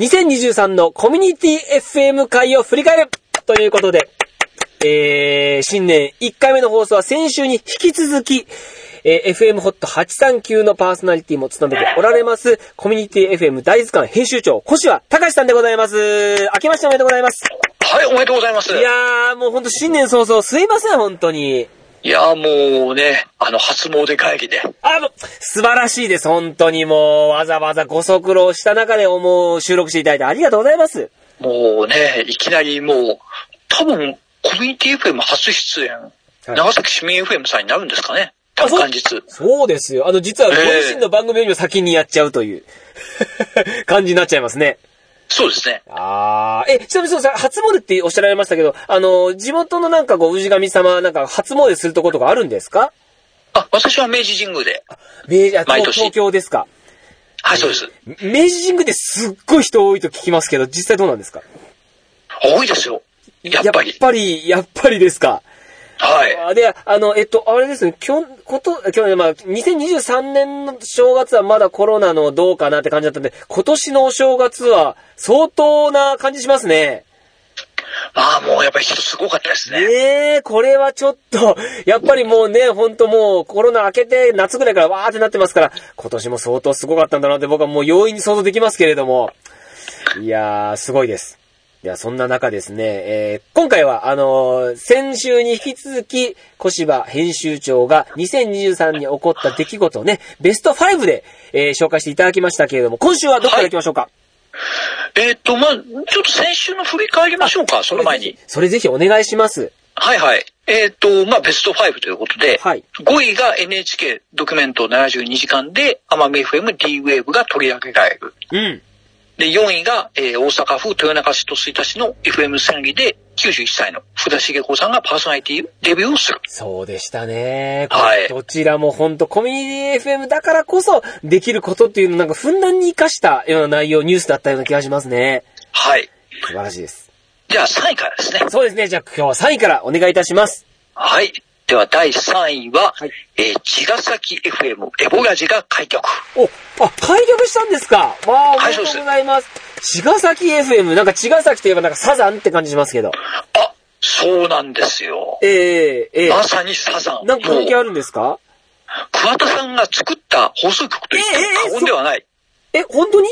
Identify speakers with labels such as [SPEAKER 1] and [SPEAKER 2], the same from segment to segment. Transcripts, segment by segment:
[SPEAKER 1] 2023のコミュニティ FM 会を振り返るということで、えー、新年1回目の放送は先週に引き続き、えー FM ホット839のパーソナリティも務めておられます、コミュニティ FM 大図鑑編集長、越谷隆さんでございます。明けましておめでとうございます。
[SPEAKER 2] はい、おめでとうございます。
[SPEAKER 1] いやー、もうほんと新年早々すいません、本当に。
[SPEAKER 2] いやーもうね、あの、初詣会議で。
[SPEAKER 1] あ、もう、素晴らしいです、本当にもう、わざわざご足労した中でもう収録していただいてありがとうございます。
[SPEAKER 2] もうね、いきなりもう、多分、コミュニティ FM 初出演、長崎市民 FM さんになるんですかね。
[SPEAKER 1] あ
[SPEAKER 2] 多
[SPEAKER 1] そう
[SPEAKER 2] 分元日。
[SPEAKER 1] そうですよ。あの、実は、ご
[SPEAKER 2] ええ
[SPEAKER 1] 自身の番組よりも先にやっちゃうと いう、感じになっちゃいますね。
[SPEAKER 2] そうですね。
[SPEAKER 1] あー。え、ちなみにそうさ、初詣っておっしゃられましたけど、あの、地元のなんかご氏神様、なんか初詣するとことかあるんですか
[SPEAKER 2] あ、私は明治神宮で。
[SPEAKER 1] 明治、あ、
[SPEAKER 2] 毎
[SPEAKER 1] 東
[SPEAKER 2] 年
[SPEAKER 1] 東京ですか。
[SPEAKER 2] はい、そうです。
[SPEAKER 1] 明治神宮ってすっごい人多いと聞きますけど、実際どうなんですか
[SPEAKER 2] 多いですよ。やっぱり
[SPEAKER 1] やっ。ぱり、やっぱりですか。
[SPEAKER 2] はい。
[SPEAKER 1] あで、あの、えっと、あれですね、きょん、こと、去年、まあ、2023年の正月はまだコロナのどうかなって感じだったんで、今年のお正月は相当な感じしますね。
[SPEAKER 2] まあもうやっぱり人すごかったですね。
[SPEAKER 1] ええこれはちょっと、やっぱりもうね、ほんともうコロナ明けて夏ぐらいからわーってなってますから、今年も相当すごかったんだなって僕はもう容易に想像できますけれども。いやー、すごいです。いや、そんな中ですね、えー、今回は、あのー先週に引き続き、小芝編集長が2023に起こった出来事をね、ベスト5で、えー紹介していただきましたけれども、今週はどこから行きましょうか、
[SPEAKER 2] えーっと、まあちょっと先週の振り返りましょうか、その前に。
[SPEAKER 1] それぜひお願いします。
[SPEAKER 2] はいはい。えーっと、まあベスト5ということで、
[SPEAKER 1] はい
[SPEAKER 2] 5位が NHK ドキュメント72時間で、奄美 FM D-Wave が取り上げられる。
[SPEAKER 1] うん。
[SPEAKER 2] で、4位が、えー大阪府豊中市と吹田市の FM 千里で、91歳の福田茂子さんがパーソナリティデビューをする。
[SPEAKER 1] そうでしたね。
[SPEAKER 2] はい
[SPEAKER 1] どちらも本当コミュニティ FM だからこそできることっていうのをなんかふんだんに活かしたような内容、ニュースだったような気がしますね。
[SPEAKER 2] はい。
[SPEAKER 1] 素晴らしいです。
[SPEAKER 2] じゃあ3位からですね。
[SPEAKER 1] そうですね。じゃあ今日は3位からお願いいたします。
[SPEAKER 2] はい。では第3位は、
[SPEAKER 1] はい
[SPEAKER 2] えー茅ヶ崎 FM エボラジが開局。
[SPEAKER 1] お、あ、開局したんですかわあ、おめでとうございます。茅ヶ崎 FM、なんか茅ヶ崎といえばなんかサザンって感じしますけど。
[SPEAKER 2] あ、そうなんですよ。
[SPEAKER 1] ええええ
[SPEAKER 2] まさにサザン。
[SPEAKER 1] なんか
[SPEAKER 2] も
[SPEAKER 1] 関
[SPEAKER 2] う
[SPEAKER 1] 係あるんですか
[SPEAKER 2] 桑田さんが作った放送局と言っても過言ではない。
[SPEAKER 1] え、本当に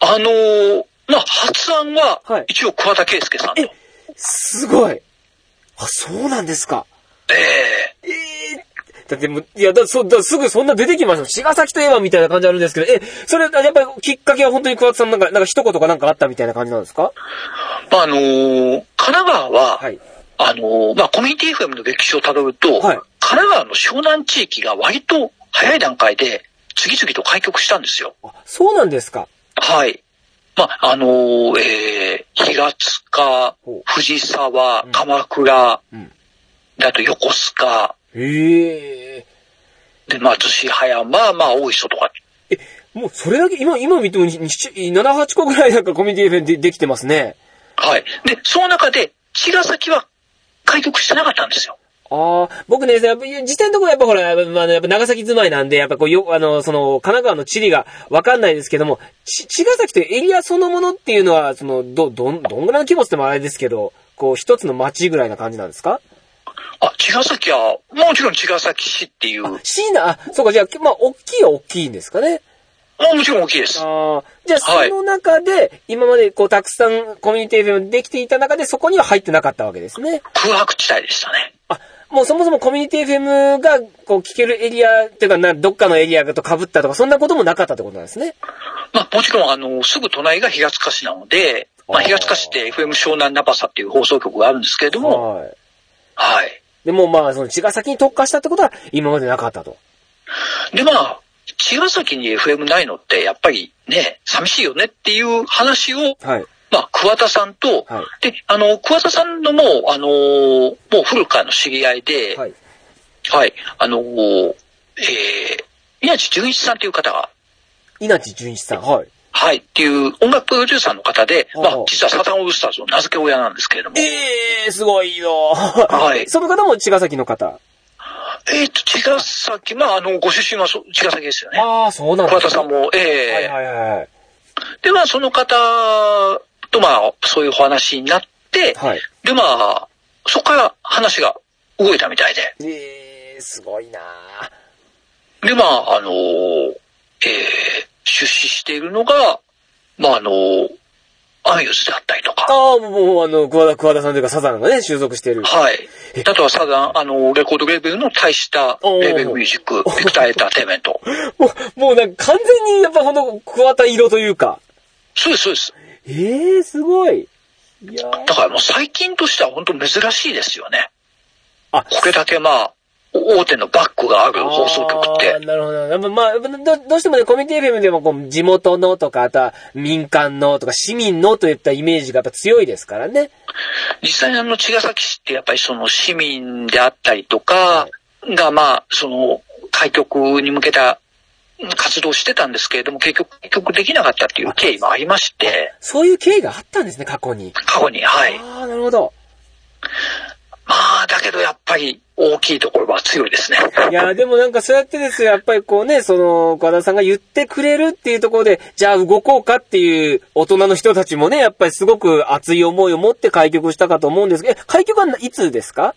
[SPEAKER 2] あのー、まあ、発案は
[SPEAKER 1] はい、
[SPEAKER 2] 一応桑田圭介さんと。
[SPEAKER 1] えすごい。あ、そうなんですか。
[SPEAKER 2] ええ
[SPEAKER 1] えーだってもう、いや、だ、そ、だ、すぐそんな出てきました。茅ヶ崎といえばみたいな感じあるんですけど、え、それ、あやっぱりきっかけは本当に桑田さんなんか、なんか一言かなんかあったみたいな感じなんですか
[SPEAKER 2] まあ、あのー神奈川は、
[SPEAKER 1] はい。
[SPEAKER 2] あのーまあ、コミュニティ FM の歴史をたどると、
[SPEAKER 1] はい
[SPEAKER 2] 神奈川の湘南地域が割と早い段階で次々と開局したんですよ。
[SPEAKER 1] あ、そうなんですか。
[SPEAKER 2] はい。まあ、あのーえー、平塚
[SPEAKER 1] ほう、
[SPEAKER 2] 藤沢、鎌倉、
[SPEAKER 1] うん。
[SPEAKER 2] であと横須賀、
[SPEAKER 1] ええ
[SPEAKER 2] で、まあ、逗子葉山、まあ、大磯とか。
[SPEAKER 1] ー。もうそれだけ、今、今見ても、ににし7、8個ぐらいなんかコミュニティ FM でできてますね。
[SPEAKER 2] はい。で、その中で、茅ヶ崎は開局してなかったんですよ。
[SPEAKER 1] ああ、僕ね、やっぱ実際のところやっぱほら、やっぱあのやっぱ長崎住まいなんで、やっぱこう、よ、あの、その、神奈川の地理がわかんないですけども、ち、茅ヶ崎というエリアそのものっていうのは、その、ど、どん、どんぐらいの規模って言ってもあれですけど、こう、一つの町ぐらいな感じなんですか
[SPEAKER 2] あ、茅ヶ崎は、もちろん茅ヶ崎市っていう、も
[SPEAKER 1] ?C な、あ、そうか、じゃあ、まあ、大きいは大きいんですかね。
[SPEAKER 2] うもちろん大きいです。
[SPEAKER 1] ああ、じゃあ、
[SPEAKER 2] は
[SPEAKER 1] そ
[SPEAKER 2] い
[SPEAKER 1] の中で、今までこう、たくさんコミュニティでもできていた中で、そこには入ってなかったわけですね。
[SPEAKER 2] 空白地帯でしたね。
[SPEAKER 1] あ、もうそもそもコミュニティ FM が、こう、聞けるエリア、っていうかな、どっかのエリアと被ったとか、そんなこともなかったってことなんですね。
[SPEAKER 2] まあ、もちろん、あの、すぐ隣が平塚市なので、ま
[SPEAKER 1] あ
[SPEAKER 2] あ、
[SPEAKER 1] ー
[SPEAKER 2] 平塚市って FM 湘南ナパサっていう放送局があるんですけれども、
[SPEAKER 1] はい。
[SPEAKER 2] はい。
[SPEAKER 1] でもまあ、その茅ヶ崎に特化したってことは、今までなかったと。
[SPEAKER 2] で、まあ、茅ヶ崎に FM ないのって、やっぱりね、寂しいよねっていう話を、
[SPEAKER 1] はい。
[SPEAKER 2] まあ、桑田さんと、
[SPEAKER 1] はい
[SPEAKER 2] で、あの、桑田さんのもう、あのーもう古川の知り合いで、
[SPEAKER 1] はい。
[SPEAKER 2] はい、あのーえー、宮地純一さんという方が、
[SPEAKER 1] 稲地純一さん。はい。
[SPEAKER 2] はい、っていう音楽プロデューサーの方で、
[SPEAKER 1] ああ
[SPEAKER 2] まあ、実はサタンオールスターズの名付け親なんですけれども、
[SPEAKER 1] ええー、すごいよ。はいその方も茅ヶ崎の方。
[SPEAKER 2] えっ、と、茅ヶ崎、まあ、あの、ご出身はそ茅ヶ崎ですよね。
[SPEAKER 1] ああ、そうなんだ。
[SPEAKER 2] 桑田さんも、ええ
[SPEAKER 1] はいはいはい。
[SPEAKER 2] で、まあ、その方と、まあ、そういうお話になって、
[SPEAKER 1] はい。
[SPEAKER 2] で、まあ、そこから話が動いたみたいで。
[SPEAKER 1] えー、すごいな
[SPEAKER 2] で、まあ、あのーえー出資しているのが、まあ、あのーアミューズだったりとか、
[SPEAKER 1] ああ、もう、もう、あの、桑田、桑田さんというか、サザンがね、収属している。
[SPEAKER 2] はい
[SPEAKER 1] え。
[SPEAKER 2] あとはサザン、あのーレコードレーベルの大したレーベルミュージック、ビクターエンターテインメント。
[SPEAKER 1] もう、もうなんか完全に、やっぱほんと、桑田色というか。
[SPEAKER 2] そうです、そうです。
[SPEAKER 1] ええー、すごい。いやー
[SPEAKER 2] だからもう最近としては本当珍しいですよね。
[SPEAKER 1] あ
[SPEAKER 2] これだけまあ、大手のバックがある放送局っ
[SPEAKER 1] あ
[SPEAKER 2] て
[SPEAKER 1] ー。なるほど。やっぱまあ、やっぱどどうしてもね、コミュニティ FM でもこう、地元のとか、あとは民間のとか、市民のといったイメージがやっぱ強いですからね。
[SPEAKER 2] 実際にあの、茅ヶ崎市ってやっぱりその市民であったりとか、がまあ、その、開局に向けた活動をしてたんですけれども、結局、結局できなかったっていう経緯もありまして、
[SPEAKER 1] そういう経緯があったんですね、過去に。
[SPEAKER 2] 過去に、はい。
[SPEAKER 1] ああ、なるほど。
[SPEAKER 2] まあ、だけどやっぱり大きいところは強いですね。
[SPEAKER 1] いやーでもなんかそうやってですよ、やっぱりこうね、その、小田さんが言ってくれるっていうところで、じゃあ動こうかっていう大人の人たちもね、やっぱりすごく熱い思いを持って開局したかと思うんですけど、え開局はいつですか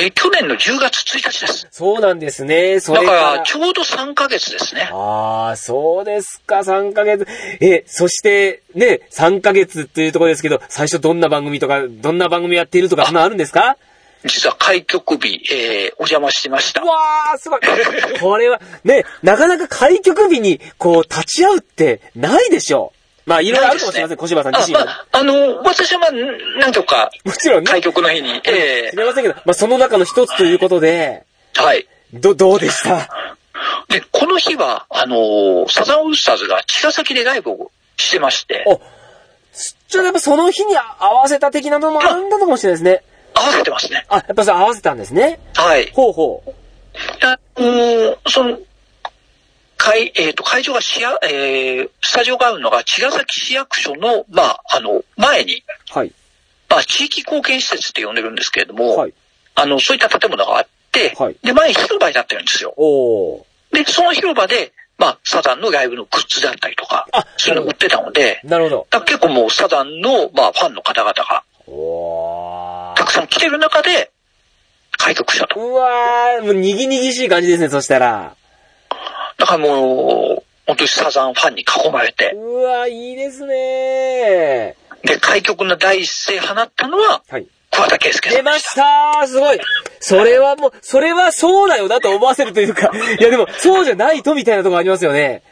[SPEAKER 2] え、去年の10月1日です。
[SPEAKER 1] そうなんですね、そ
[SPEAKER 2] だ
[SPEAKER 1] れ
[SPEAKER 2] から、ちょうど3ヶ月ですね。
[SPEAKER 1] ああ、そうですか、3ヶ月。え、そして、ね、3ヶ月っていうところですけど、最初どんな番組とか、どんな番組やっているとか、そんなのあるんですか
[SPEAKER 2] 実は開局日、えー、お邪魔してました
[SPEAKER 1] う。わー、すごい。 これは、ね、なかなか開局日に、こう、立ち会うって、ないでしょう。まあ、いろいろあるかもしれません、小柴さん
[SPEAKER 2] あ
[SPEAKER 1] 自、身
[SPEAKER 2] ま
[SPEAKER 1] は。
[SPEAKER 2] あ、あの、私はまあ、ん何とか、
[SPEAKER 1] もちろんね、
[SPEAKER 2] 開局の日に、え
[SPEAKER 1] 知りませんけど、まあ、その中の一つということで、
[SPEAKER 2] ー、はい。
[SPEAKER 1] ど、どうでした
[SPEAKER 2] で、この日は、あのーサザンオールスターズが茅ヶ崎でライブをしてまして、
[SPEAKER 1] お、すちょっとやっぱその日に合わせた的なのもあるんだのかもしれないですね。
[SPEAKER 2] 合わせてますね。
[SPEAKER 1] あ、やっぱそう合わせたんですね。
[SPEAKER 2] はい。
[SPEAKER 1] ほうほう。
[SPEAKER 2] あのーその、会、えっ、と、会場が市や、えー、スタジオがあるのが茅ヶ崎市役所の、まあ、あの、前に、
[SPEAKER 1] はい。
[SPEAKER 2] まあ、地域貢献施設って呼んでるんですけれども、
[SPEAKER 1] はい。
[SPEAKER 2] あの、そういった建物があって、
[SPEAKER 1] はい
[SPEAKER 2] で、前に広場になってるんですよ。
[SPEAKER 1] おー。
[SPEAKER 2] で、その広場で、まあ、サザンのライブのグッズだったりとか
[SPEAKER 1] あ、
[SPEAKER 2] そういうの売ってたので、
[SPEAKER 1] なるほど。
[SPEAKER 2] だから結構もうサザンの、まあ、ファンの方々が
[SPEAKER 1] お
[SPEAKER 2] たくさん来てる中で、開局した
[SPEAKER 1] う
[SPEAKER 2] と。
[SPEAKER 1] わー、もうにぎにぎしい感じですね、そしたら。
[SPEAKER 2] だからもう、本当にサザンファンに囲まれて、
[SPEAKER 1] うわー、いいですね
[SPEAKER 2] で、開局の第一声放ったのは、
[SPEAKER 1] ー。はい。
[SPEAKER 2] 桑田佳祐さ
[SPEAKER 1] 出
[SPEAKER 2] ん。
[SPEAKER 1] ましたーすごいそれはもう、それはそうだよなと思わせるというか、いやでも、そうじゃないとみたいなとこありますよね。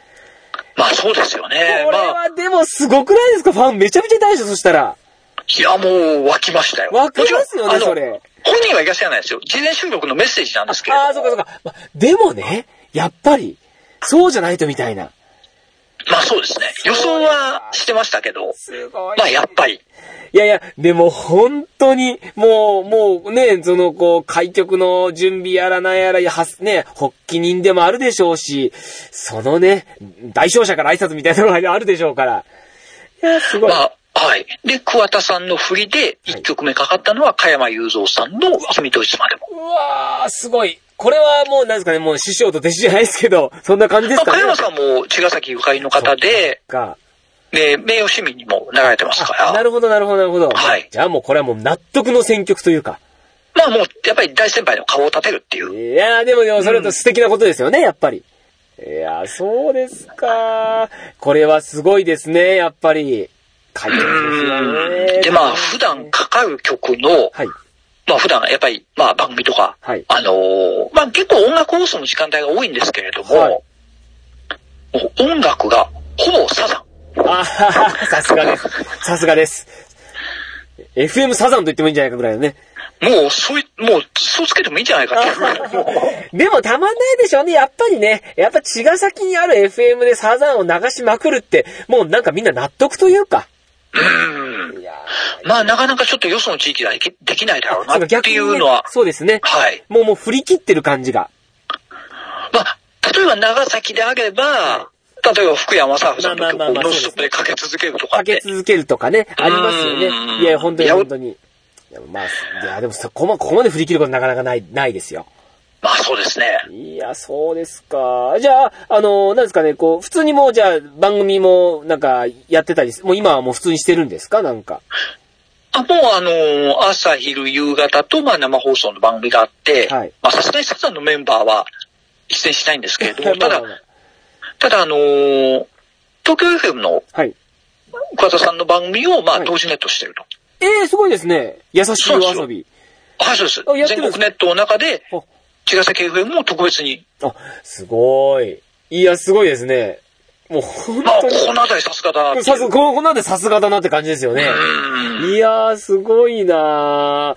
[SPEAKER 2] まあそうですよ
[SPEAKER 1] こ
[SPEAKER 2] ね。
[SPEAKER 1] れ
[SPEAKER 2] まあ、
[SPEAKER 1] はでもすごくないですかファンめちゃめちゃいたでしょ、そしたら。
[SPEAKER 2] いやもう湧きましたよ。
[SPEAKER 1] 湧きますよね
[SPEAKER 2] もちろ
[SPEAKER 1] そ
[SPEAKER 2] ん
[SPEAKER 1] れ。
[SPEAKER 2] あの本人はいらっしゃらないですよ。事前収録のメッセージなんですけれども。
[SPEAKER 1] あー、そうかそうか。までもね、やっぱり、そうじゃないとみたいな。
[SPEAKER 2] まあそうですね。予想はしてましたけど、
[SPEAKER 1] すご
[SPEAKER 2] まあやっぱり。
[SPEAKER 1] いやいや、でも本当に、もう、もうね、その、こう、開局の準備やらなんやら、やはすね、発起人でもあるでしょうし、そのね、代表者から挨拶みたいなのがあるでしょうから。いや、すごい。
[SPEAKER 2] まあ、はい。で、桑田さんの振りで1曲目かかったのは、加山雄三さんの君といつまでも。
[SPEAKER 1] うわー、すごい。これはもう、なんですかね、もう師匠と弟子じゃないですけど、そんな感じで
[SPEAKER 2] ま
[SPEAKER 1] す
[SPEAKER 2] あ、
[SPEAKER 1] か
[SPEAKER 2] 加
[SPEAKER 1] ね。
[SPEAKER 2] 山さんも茅ヶ崎ゆかりの方で、
[SPEAKER 1] か。
[SPEAKER 2] で、名誉市民にも流れてますか
[SPEAKER 1] あな
[SPEAKER 2] ら、
[SPEAKER 1] るほど、なるほど、なるほど。
[SPEAKER 2] はい
[SPEAKER 1] じゃあもうこれはもう納得の選曲というか。
[SPEAKER 2] まあもう、やっぱり大先輩の顔を立てるってい。
[SPEAKER 1] いうやーでもでもそれと素敵なことですよね、やっぱり。いやーそうですかこれはすごいですね、やっぱり。開
[SPEAKER 2] う
[SPEAKER 1] 局ですよ
[SPEAKER 2] ん
[SPEAKER 1] ね。
[SPEAKER 2] で、まあ、普段かかる曲の、
[SPEAKER 1] はい。
[SPEAKER 2] まあ、普段、やっぱり、まあ、番組とか、
[SPEAKER 1] はい
[SPEAKER 2] あのーまあ、結構音楽放送の時間帯が多いんですけれども、
[SPEAKER 1] はい
[SPEAKER 2] もう音楽が、ほぼサザン。
[SPEAKER 1] あははさすがです。さすがです。FM サザンと言ってもいいんじゃないかぐらいのね。
[SPEAKER 2] もう、そうい、もう、そうつけてもいいんじゃないかって いう。
[SPEAKER 1] でもたまんないでしょうね。やっぱりね、やっぱ茅ヶ崎にある FM でサザンを流しまくるって、もうなんかみんな納得というか。
[SPEAKER 2] うん。
[SPEAKER 1] いや
[SPEAKER 2] まあ、なかなかちょっとよその地域ではできできないだろ
[SPEAKER 1] ー
[SPEAKER 2] う
[SPEAKER 1] そ
[SPEAKER 2] な
[SPEAKER 1] か
[SPEAKER 2] って
[SPEAKER 1] 逆
[SPEAKER 2] い
[SPEAKER 1] に
[SPEAKER 2] う
[SPEAKER 1] ね
[SPEAKER 2] のは、
[SPEAKER 1] そうですね。
[SPEAKER 2] はい。
[SPEAKER 1] もうもう振り切ってる感じが。
[SPEAKER 2] まあ、例えば長崎であれば、例えば福山雅治さんの曲
[SPEAKER 1] まあまあまあま
[SPEAKER 2] を
[SPEAKER 1] あ
[SPEAKER 2] ノンストップでかけ続けるとか
[SPEAKER 1] か
[SPEAKER 2] っ
[SPEAKER 1] け
[SPEAKER 2] て。
[SPEAKER 1] 続けるとかね、ありますよ
[SPEAKER 2] うん
[SPEAKER 1] ね。いや、本当に
[SPEAKER 2] いや
[SPEAKER 1] 本当に。いやまあ、いや、でもそこま、ここまで振り切ることなかなかない、ないですよ。
[SPEAKER 2] まあそうですね。
[SPEAKER 1] いや、そうですか。じゃあ、あの、なんですかね、こう、普通にもう、じゃあ、番組も、なんか、やってたり、もう今はもう普通にしてるんですかなんか。
[SPEAKER 2] あもうあのー朝、昼、夕方と、まあ生放送の番組があって、
[SPEAKER 1] はい
[SPEAKER 2] まあさすがにサザンのメンバーは出演しないんですけれども、
[SPEAKER 1] ま
[SPEAKER 2] た
[SPEAKER 1] あまあ
[SPEAKER 2] だ
[SPEAKER 1] ま、あ
[SPEAKER 2] ただあのー東京 FM の
[SPEAKER 1] はい。
[SPEAKER 2] 桑田さんの番組を、まあ
[SPEAKER 1] はい
[SPEAKER 2] 同時ネットしてると。
[SPEAKER 1] ええすごいですね。優しいお遊び。
[SPEAKER 2] はい、そう
[SPEAKER 1] あや
[SPEAKER 2] で
[SPEAKER 1] っ
[SPEAKER 2] す。
[SPEAKER 1] てる
[SPEAKER 2] 全
[SPEAKER 1] んです
[SPEAKER 2] 国ネットの中で、
[SPEAKER 1] あ
[SPEAKER 2] 茅ヶ崎 FM も特別に、
[SPEAKER 1] あ、すごい。いや、すごいですね。もう、本
[SPEAKER 2] まあ、
[SPEAKER 1] 当に。
[SPEAKER 2] このあたりさすがだなってい
[SPEAKER 1] さ
[SPEAKER 2] う。
[SPEAKER 1] す、ここなんでさすがだなって感じですよね。
[SPEAKER 2] うん
[SPEAKER 1] いやー、すごいな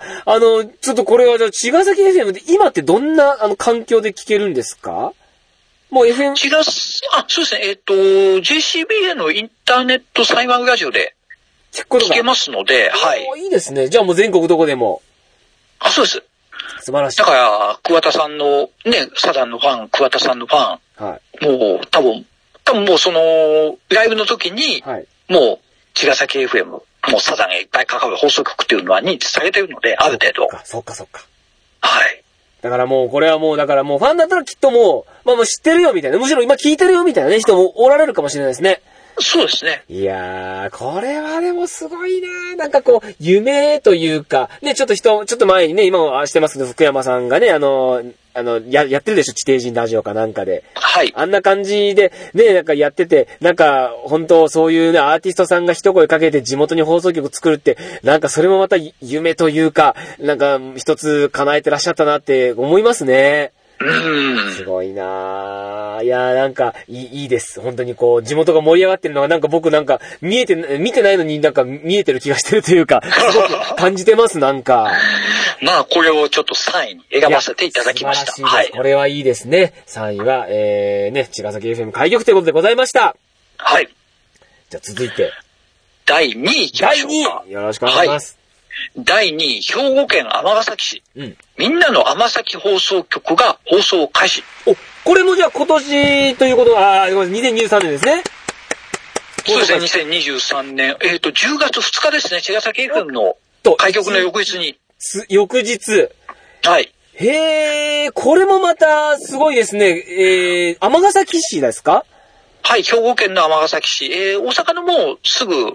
[SPEAKER 1] ーあの、ちょっとこれは、じゃあ、茅ヶ崎 FM で今ってどんな、あの、環境で聞けるんですかもう FM、
[SPEAKER 2] 茅ヶ崎、あ、そうですね、えっ、と、JCBA のインターネット裁判ラジオで
[SPEAKER 1] 聞くこと
[SPEAKER 2] 聞
[SPEAKER 1] が
[SPEAKER 2] け。ますので、はい。
[SPEAKER 1] おーいいですね。じゃあもう全国どこでも。
[SPEAKER 2] あ、そうです。
[SPEAKER 1] 素晴らし
[SPEAKER 2] だから、桑田さんの、ね、サザンのファン、桑田さんのファン、
[SPEAKER 1] い。は
[SPEAKER 2] もう、多分、多分もうその、ライブの時に
[SPEAKER 1] い。、はい。
[SPEAKER 2] もう、茅ヶ崎 FM、もうサザンがいっぱい関わる放送局っていうのは認知されてるので、ある程
[SPEAKER 1] そ
[SPEAKER 2] 度
[SPEAKER 1] っ。か、そっか、そっか。
[SPEAKER 2] はい。
[SPEAKER 1] だからもう、これはもう、だからもう、ファンだったらきっともう、まあもう知ってるよみたいな、むしろ今聞いてるよみたいなね、人もおられるかもしれないですね。
[SPEAKER 2] そうですね。
[SPEAKER 1] いやー、これはでもすごいなー。なんかこう、夢というか、ね、ちょっと人、ちょっと前にね、今もあしてますけど、福山さんがね、あの、あの、や、やってるでしょ、地底人ラジオかなんかで。
[SPEAKER 2] はい。
[SPEAKER 1] あんな感じで、ね、なんかやってて、なんか、本当そういうね、アーティストさんが一声かけて地元に放送局作るって、なんかそれもまた夢というか、なんか一つ叶えてらっしゃったなって思いますね。
[SPEAKER 2] うん
[SPEAKER 1] す。ごいなぁ。いやーなんか、いい、いいです。本当にこう、地元が盛り上がってるのが、なんか僕なんか、見えて、見てないのになんか見えてる気がしてるというか、すごく感じてます、なんか。
[SPEAKER 2] まあ、これをちょっと3位に選ばせていただきまし
[SPEAKER 1] い
[SPEAKER 2] た。
[SPEAKER 1] や素晴
[SPEAKER 2] は
[SPEAKER 1] らしい
[SPEAKER 2] い
[SPEAKER 1] です。こ。れはいいですね。3位は、えー、ね、茅ヶ崎 FM 開局ということでございました。
[SPEAKER 2] はい。
[SPEAKER 1] じゃあ続いて、
[SPEAKER 2] 第2位いきま
[SPEAKER 1] 第
[SPEAKER 2] しょうか
[SPEAKER 1] 2。位よろしくお願いします。
[SPEAKER 2] 第2位、兵庫県尼崎市。
[SPEAKER 1] うん。
[SPEAKER 2] みんなの尼崎放送局が放送を開始。
[SPEAKER 1] お、これもじゃあ今年ということは、あー、ごめんなさい2023年ですね。
[SPEAKER 2] そうですね、2023年、えっ、と、10月2日ですね、茅ヶ崎 FM の
[SPEAKER 1] と
[SPEAKER 2] 開局の翌日に。
[SPEAKER 1] す翌日。
[SPEAKER 2] はい。
[SPEAKER 1] へえ、これもまた、すごいですね。えー、尼崎市ですか
[SPEAKER 2] はい、兵庫県の尼崎市。えー、大阪のもうすぐ、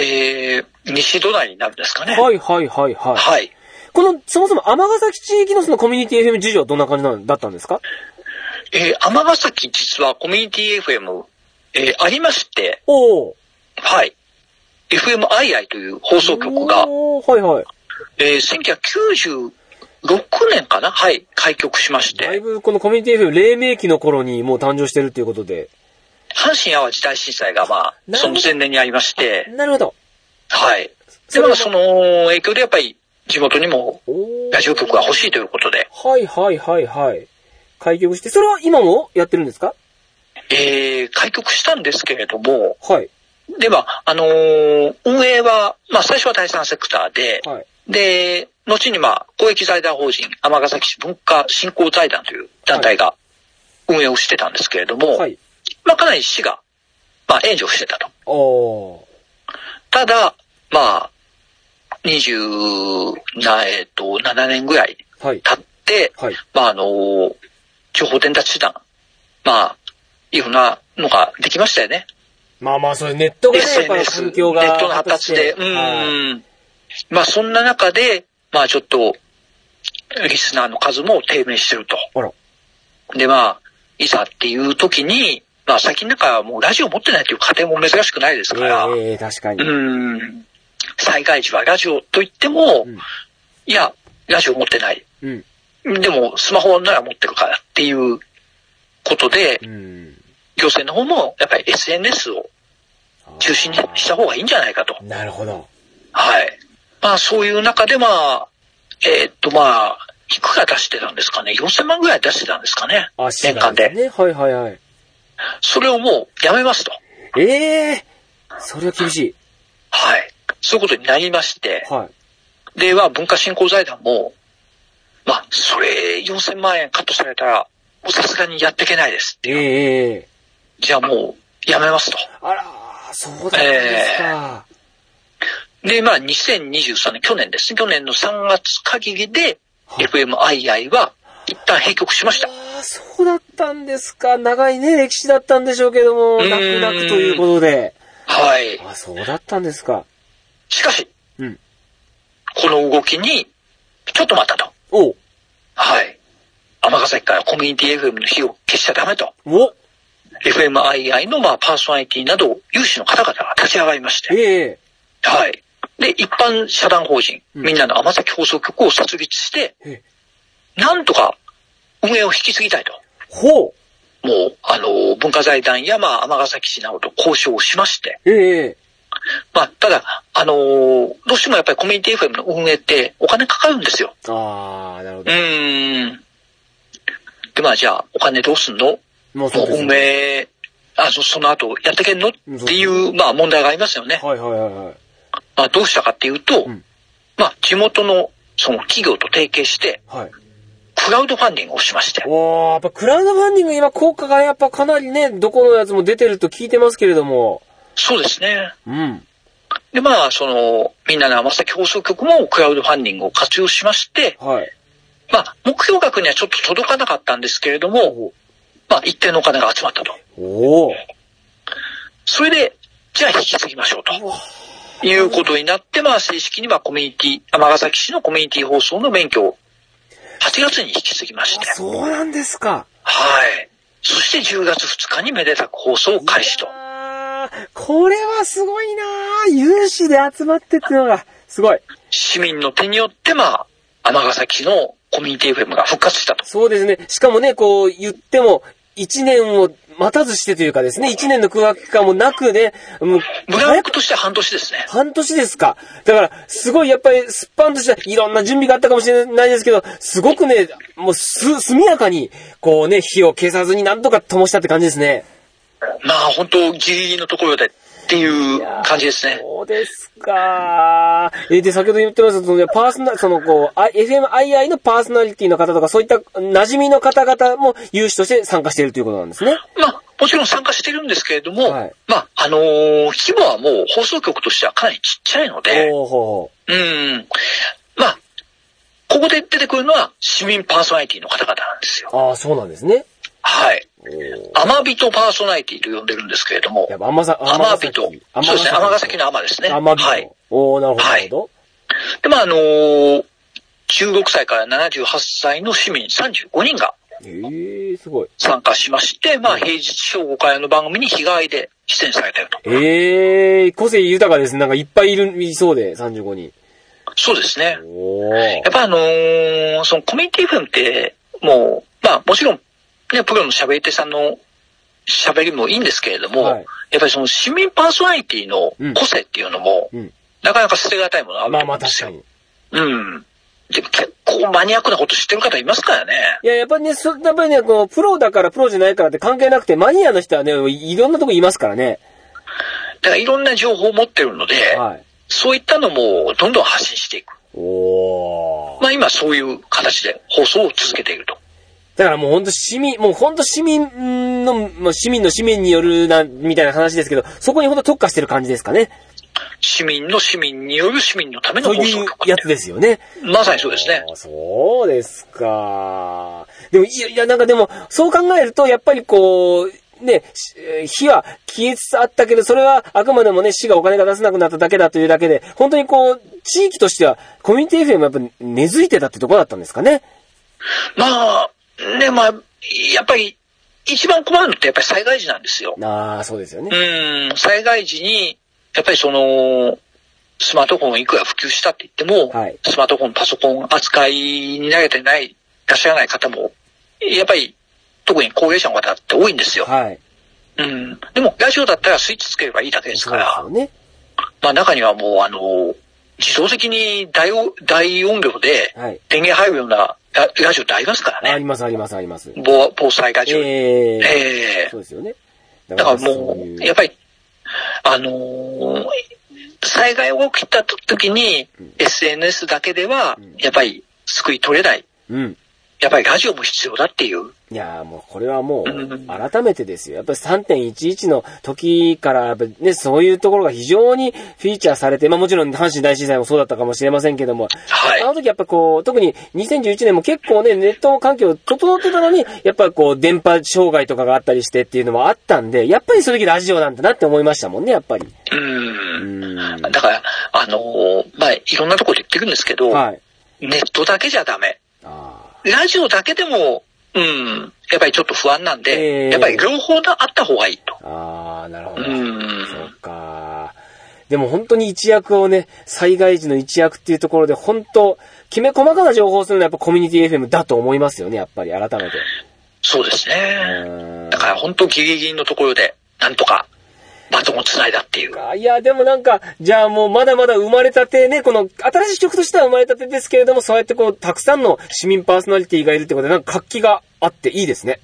[SPEAKER 2] えー、西隣になるんですかね。
[SPEAKER 1] はいはいはいはい。
[SPEAKER 2] はい。
[SPEAKER 1] この、そもそも尼崎地域のそのコミュニティ FM 事情はどんな感じなんだったんですか
[SPEAKER 2] えー、尼崎実はコミュニティ FM、えー、ありまして、
[SPEAKER 1] おお。
[SPEAKER 2] はい。FMII という放送局が、
[SPEAKER 1] おーはいはい。
[SPEAKER 2] えー、1996年かなはい、開局しまし
[SPEAKER 1] だい
[SPEAKER 2] て、
[SPEAKER 1] ぶこのコミュニティ FM 黎明期の頃にもう誕生してるっていうことで。
[SPEAKER 2] 阪神淡路大震災がま
[SPEAKER 1] な
[SPEAKER 2] あ、
[SPEAKER 1] るほ
[SPEAKER 2] そ
[SPEAKER 1] ど
[SPEAKER 2] の前年にありまして、
[SPEAKER 1] なるほど。
[SPEAKER 2] はい。
[SPEAKER 1] そ
[SPEAKER 2] で、
[SPEAKER 1] れは
[SPEAKER 2] まあその影響でやっぱり地元にも
[SPEAKER 1] おー
[SPEAKER 2] ラジオ局が欲しいということで、
[SPEAKER 1] はいはいはいはい。開局して、それは今もやってるんですか
[SPEAKER 2] えー、開局したんですけれども、
[SPEAKER 1] はい。
[SPEAKER 2] で、まあ、あのー運営は、まあ最初は第三セクターで、
[SPEAKER 1] はい。
[SPEAKER 2] で、後にまあ、公益財団法人、尼崎市文化振興財団という団体が運営をしてたんですけれども、
[SPEAKER 1] はい。
[SPEAKER 2] まあかなり市が、まあ援助をしてたと。
[SPEAKER 1] おー。
[SPEAKER 2] ただ、まあ、20な、えっと、7年ぐらい
[SPEAKER 1] はい。
[SPEAKER 2] 経って、
[SPEAKER 1] はい。
[SPEAKER 2] まあ、あの、情報伝達手段、まあ、いろんなのができましたよね。
[SPEAKER 1] まあまあ、そういうネットがね、やっぱり
[SPEAKER 2] SNS、
[SPEAKER 1] 環
[SPEAKER 2] ネッ
[SPEAKER 1] 境
[SPEAKER 2] ト
[SPEAKER 1] が。
[SPEAKER 2] の発達で。う
[SPEAKER 1] はい
[SPEAKER 2] ん。まあ、そんな中で、まあ、ちょっと、リスナーの数も低迷してると。
[SPEAKER 1] あら。
[SPEAKER 2] で、まあ、いざっていう時に、まあ、最近なんかはもうラジオ持ってないという家庭も珍しくないですから、
[SPEAKER 1] ええええ確かに。
[SPEAKER 2] うん。災害時はラジオと言っても、
[SPEAKER 1] うん
[SPEAKER 2] いや、ラジオ持ってない。
[SPEAKER 1] うん。
[SPEAKER 2] でも、スマホなら持ってるからっていうことで
[SPEAKER 1] う、ん。
[SPEAKER 2] 行政の方も、やっぱり SNS を中心にした方がいいんじゃないかと。
[SPEAKER 1] なるほど。
[SPEAKER 2] はい。まあ、そういう中で、まあ、えーっと、まあ、いくら出してたんですかね。4000万ぐらい出してたんですかね。
[SPEAKER 1] あ、
[SPEAKER 2] 年間で。
[SPEAKER 1] ね、はいはいはい。
[SPEAKER 2] それをもうやめますと。
[SPEAKER 1] ええそれは厳しい。
[SPEAKER 2] はい。そういうことになりまして、
[SPEAKER 1] はい。
[SPEAKER 2] では文化振興財団も、まあ、それ4000万円カットされたら、もうさすがにやっていけないです。
[SPEAKER 1] ええええ
[SPEAKER 2] じゃあもう、やめますと。
[SPEAKER 1] あらー、そうだったんですか。
[SPEAKER 2] で、まあ、2023年、去年ですね。去年の3月限りで、
[SPEAKER 1] はい
[SPEAKER 2] FMII は一旦閉局しました。
[SPEAKER 1] ああ、そうだったんですか。長いね、歴史だったんでしょうけども、
[SPEAKER 2] うん
[SPEAKER 1] 泣く泣くということで。
[SPEAKER 2] はい。
[SPEAKER 1] あそうだったんですか。
[SPEAKER 2] しかし、
[SPEAKER 1] うん。
[SPEAKER 2] この動きに、ちょっと待ったと。
[SPEAKER 1] おう
[SPEAKER 2] はい。尼崎からコミュニティ FM の火を消しちゃダメと。
[SPEAKER 1] お
[SPEAKER 2] FMII のまあパーソナリティなど、有志の方々が立ち上がりまして。
[SPEAKER 1] ええ
[SPEAKER 2] はい。で、一般社団法人、
[SPEAKER 1] うん
[SPEAKER 2] みんなの尼崎放送局を設立して、
[SPEAKER 1] ええ
[SPEAKER 2] なんとか運営を引き継ぎたいと。
[SPEAKER 1] ほう
[SPEAKER 2] もう、あの、文化財団や、まあ、尼崎市などと交渉をしまして、
[SPEAKER 1] ええ
[SPEAKER 2] まあ、ただ、あのーどうしてもやっぱりコミュニティ FM の運営ってお金かかるんですよ。
[SPEAKER 1] ああ、なるほ
[SPEAKER 2] う
[SPEAKER 1] ど。
[SPEAKER 2] ーん。で、まあ、じゃあ、お金どうすんの
[SPEAKER 1] もうそ
[SPEAKER 2] も
[SPEAKER 1] うで
[SPEAKER 2] う
[SPEAKER 1] す
[SPEAKER 2] 運
[SPEAKER 1] ね。
[SPEAKER 2] 営、あ、そその後やってけんのって
[SPEAKER 1] うんそう
[SPEAKER 2] いう、まあ、問題がありますよね。
[SPEAKER 1] はいはいはいはい。
[SPEAKER 2] まあ、どうしたかっていうと、
[SPEAKER 1] うん
[SPEAKER 2] まあ、地元の、その企業と提携して、
[SPEAKER 1] はい。
[SPEAKER 2] クラウドファンディングをしまして、
[SPEAKER 1] おーやっぱクラウドファンディング今効果がやっぱかなりね、どこのやつも出てると聞いてますけれども。
[SPEAKER 2] そうですね。
[SPEAKER 1] うん。
[SPEAKER 2] で、まあ、その、みんなの甘崎放送局もクラウドファンディングを活用しまして、
[SPEAKER 1] はい。
[SPEAKER 2] まあ、目標額にはちょっと届かなかったんですけれども、
[SPEAKER 1] お
[SPEAKER 2] まあ、一定のお金が集まったと。
[SPEAKER 1] おー
[SPEAKER 2] それで、じゃあ引き継ぎましょうと。いうことになって、まあ、正式にはコミュニティ、尼崎市のコミュニティ放送の免許を8月に引き継ぎまして
[SPEAKER 1] あ、そうなんですか。
[SPEAKER 2] はい。そして10月2日にめでたく放送を開始と。
[SPEAKER 1] あーこれはすごいなー有志で集まってってのが、すごい。
[SPEAKER 2] 市民の手によって、まあ、尼崎市のコミュニティ FM が復活したと。
[SPEAKER 1] そうですね。しかもね、こう言っても、一年を待たずしてというかですね、一年の空白期間もなくね、もう、
[SPEAKER 2] 村役として半年ですね。
[SPEAKER 1] 半年ですか。だから、すごいやっぱり、スパンとしていろんな準備があったかもしれないですけど、すごくね、もうす、速やかに、こうね、火を消さずになんとか灯したって感じですね。
[SPEAKER 2] まあ、本当ギリギリのところでっていう感じですね。
[SPEAKER 1] そうですか。え、で、先ほど言ってました、その、パーソナ、その、こう、あ FMII のパーソナリティの方とか、そういった馴染みの方々も有志として参加しているということなんですね。
[SPEAKER 2] まあ、もちろん参加してるんですけれども、
[SPEAKER 1] はい
[SPEAKER 2] まあ、あのー規模はもう放送局としてはかなりちっちゃいので、
[SPEAKER 1] おーほ
[SPEAKER 2] うん。まあ、ここで出てくるのは市民パーソナリティの方々なんですよ
[SPEAKER 1] う。ほう。ああ、そうなんですね。
[SPEAKER 2] はい。
[SPEAKER 1] おー
[SPEAKER 2] アマビトパーソナリティと呼んでるんですけれども
[SPEAKER 1] やっ、ぱ、甘さ、
[SPEAKER 2] アマビト。そう
[SPEAKER 1] 甘
[SPEAKER 2] ですね、尼崎のアマですね。
[SPEAKER 1] 甘びと。
[SPEAKER 2] はい。
[SPEAKER 1] おーなるほど、なるほど。
[SPEAKER 2] で、まあ、あのー16歳から78歳の市民35人が
[SPEAKER 1] ええすごい。
[SPEAKER 2] 参加しまして、まあ、平日正午からの番組に日替わりで出演されていると。
[SPEAKER 1] ええ個性豊かですね。なんかいっぱいいる、いそうで、35人。
[SPEAKER 2] そうですね。
[SPEAKER 1] おー
[SPEAKER 2] やっぱあのーそのコミュニティ分って、もう、まあもちろん、ね、プロの喋り手さんの喋りもいいんですけれども、
[SPEAKER 1] はい
[SPEAKER 2] やっぱりその市民パーソナリティの個性っていうのも、
[SPEAKER 1] うん。
[SPEAKER 2] なかなか捨てがたいものあると
[SPEAKER 1] まあま
[SPEAKER 2] 思う
[SPEAKER 1] あ
[SPEAKER 2] んで
[SPEAKER 1] 確
[SPEAKER 2] す
[SPEAKER 1] か
[SPEAKER 2] よ。
[SPEAKER 1] に。
[SPEAKER 2] うん。でも結構マニアックなこと知ってる方いますからね。
[SPEAKER 1] いや、やっぱりね、そ、やっぱりね、この、プロだからプロじゃないからって関係なくて、マニアの人はね、いいろんなとこいますからね。
[SPEAKER 2] だからいろんな情報を持ってるので、
[SPEAKER 1] はい。
[SPEAKER 2] そういったのもどんどん発信していく。
[SPEAKER 1] おー
[SPEAKER 2] まあ今そういう形で放送を続けていると。
[SPEAKER 1] だからもうほんと市民、もうほんと市民の、まあ、市民の市民によるな、みたいな話ですけど、そこにほんと特化してる感じですかね。
[SPEAKER 2] 市民の市民による市民のための
[SPEAKER 1] と
[SPEAKER 2] 放
[SPEAKER 1] い
[SPEAKER 2] 送
[SPEAKER 1] う
[SPEAKER 2] 局
[SPEAKER 1] やつですよね。
[SPEAKER 2] まさにそうですね。
[SPEAKER 1] あーそうですか。でも、いや、いや、なんかでも、そう考えると、やっぱりこう、ね、しえー火は消えつつあったけど、それはあくまでもね、市がお金が出せなくなっただけだというだけで、本当にこう、地域としては、コミュニティ FM はやっぱ根付いてたってところだったんですかね。
[SPEAKER 2] まあ、ね、まあ、やっぱり、一番困るのってやっぱり災害時なんですよ。
[SPEAKER 1] ああ、そうですよね。
[SPEAKER 2] うん、災害時に、やっぱりその、スマートフォンをいくら普及したって言っても、
[SPEAKER 1] はい
[SPEAKER 2] スマートフォン、パソコン扱いに慣れてない、いらっしゃらない方も、やっぱり、特に高齢者の方って多いんですよ。
[SPEAKER 1] はい。
[SPEAKER 2] うん。でも、ラジオだったらスイッチつければいいだけです
[SPEAKER 1] そ
[SPEAKER 2] か
[SPEAKER 1] うで
[SPEAKER 2] ら、
[SPEAKER 1] すよね。
[SPEAKER 2] まあ中にはもう、あの、自動的に大音大音量で
[SPEAKER 1] はい。
[SPEAKER 2] 電源入るようなララジオってありますから
[SPEAKER 1] あ
[SPEAKER 2] ね。
[SPEAKER 1] ります、あります、あります。
[SPEAKER 2] 防防災ラジオ
[SPEAKER 1] ええ
[SPEAKER 2] ええ
[SPEAKER 1] そうですよね。だ
[SPEAKER 2] だから
[SPEAKER 1] そう
[SPEAKER 2] も、
[SPEAKER 1] いう
[SPEAKER 2] やっぱり、あのー災害が起きた時に、SNS だけでは
[SPEAKER 1] うん、
[SPEAKER 2] やっぱり救い取れない。
[SPEAKER 1] うん。
[SPEAKER 2] やっぱりラジオも必要だっていう
[SPEAKER 1] いやーもうこれはも
[SPEAKER 2] うん
[SPEAKER 1] う、改めてですよ。やっぱり3.11の時から、やっぱりね、そういうところが非常にフィーチャーされて、まあもちろん阪神大震災もそうだったかもしれませんけども、
[SPEAKER 2] はい
[SPEAKER 1] あの時やっぱこう、特に2011年も結構ね、ネット環境整ってたのに、やっぱこう、電波障害とかがあったりしてっていうのもあったんで、やっぱりその時ラジオなんだなって思いましたもんね、やっぱり。
[SPEAKER 2] う。
[SPEAKER 1] うんん。
[SPEAKER 2] だから、あのーまあ、いろんなとこで言ってくるんですけど、
[SPEAKER 1] はい。
[SPEAKER 2] ネットだけじゃダメ。
[SPEAKER 1] あ
[SPEAKER 2] ラジオだけでも、うん、やっぱりちょっと不安なんで、
[SPEAKER 1] ええ
[SPEAKER 2] やっぱり両方があった方がいいと。
[SPEAKER 1] ーあー、なるほ
[SPEAKER 2] う
[SPEAKER 1] ど。そ
[SPEAKER 2] ん。
[SPEAKER 1] うか。でも本当に一役をね、災害時の一役っていうところで、本当、きめ細かな情報をするのはやっぱコミュニティ FM だと思いますよね、やっぱり、改めて。
[SPEAKER 2] そうです
[SPEAKER 1] う
[SPEAKER 2] ね。
[SPEAKER 1] ーん
[SPEAKER 2] だから本当ギリギリのところで、なんとか、バトンを繋いだっていう。
[SPEAKER 1] いや、でもなんか、じゃあもうまだまだ生まれたてね、この新しい曲としては生まれたてですけれども、そうやってこう、たくさんの市民パーソナリティがいるってことで、なんか活気があっていいですね。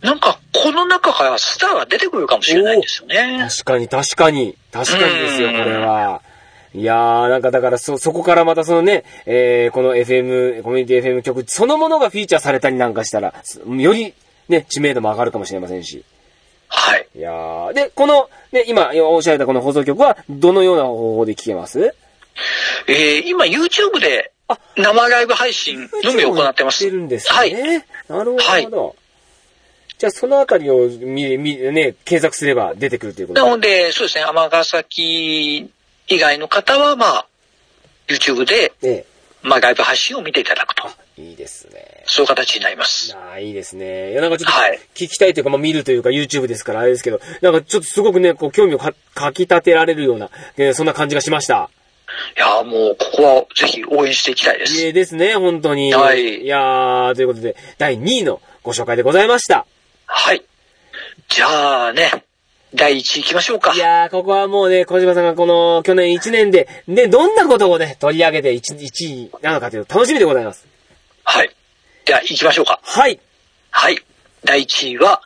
[SPEAKER 2] なんか、この中からスターが出てくるかもしれないですよね。
[SPEAKER 1] 確かに、確かに。確かにですよ、
[SPEAKER 2] う
[SPEAKER 1] こ
[SPEAKER 2] ん
[SPEAKER 1] れは。いやー、なんかだから、そ、そこからまたそのね、えー、この FM、コミュニティ FM 曲そのものがフィーチャーされたりなんかしたら、すより、ね、知名度も上がるかもしれませんし。
[SPEAKER 2] はい。
[SPEAKER 1] いやー。で、この、ね、今、おっしゃられたこの放送局は、どのような方法で聞けます
[SPEAKER 2] えー、今 YouTube で
[SPEAKER 1] あ、
[SPEAKER 2] 生ライブ配信のみ行ってます。
[SPEAKER 1] やってるんですね。
[SPEAKER 2] はい。
[SPEAKER 1] なるほど。じゃあ、そのあたりを見、見、ね、検索すれば出てくるということ
[SPEAKER 2] なので、そうですね、尼崎以外の方は、まあ、YouTube で、
[SPEAKER 1] で。
[SPEAKER 2] まあ、ライブ配信を見ていただくと。
[SPEAKER 1] ええいいですね。
[SPEAKER 2] そういう形になります。
[SPEAKER 1] ああ、いいですね。いや、なんかちょっと
[SPEAKER 2] はい
[SPEAKER 1] 聞きたいというか、まあ見るというか、YouTube ですから、あれですけど、なんかちょっとすごくね、こう、興味をかかき立てられるような、えーそんな感じがしました。
[SPEAKER 2] いやーもう、ここはぜひ応援していきたいで
[SPEAKER 1] い
[SPEAKER 2] す。
[SPEAKER 1] えですね、本当に。
[SPEAKER 2] はい
[SPEAKER 1] いやー、ということで、第2位のご紹介でございました。
[SPEAKER 2] はい。じゃあね、第1位行きましょうか
[SPEAKER 1] い。やー、ここはもうね、小島さんがこの去年1年で、ね、どんなことをね、取り上げて 1, 位なのかというの楽しみでございます。
[SPEAKER 2] はい。では、行きましょうか。
[SPEAKER 1] はい。
[SPEAKER 2] はい。第1位は、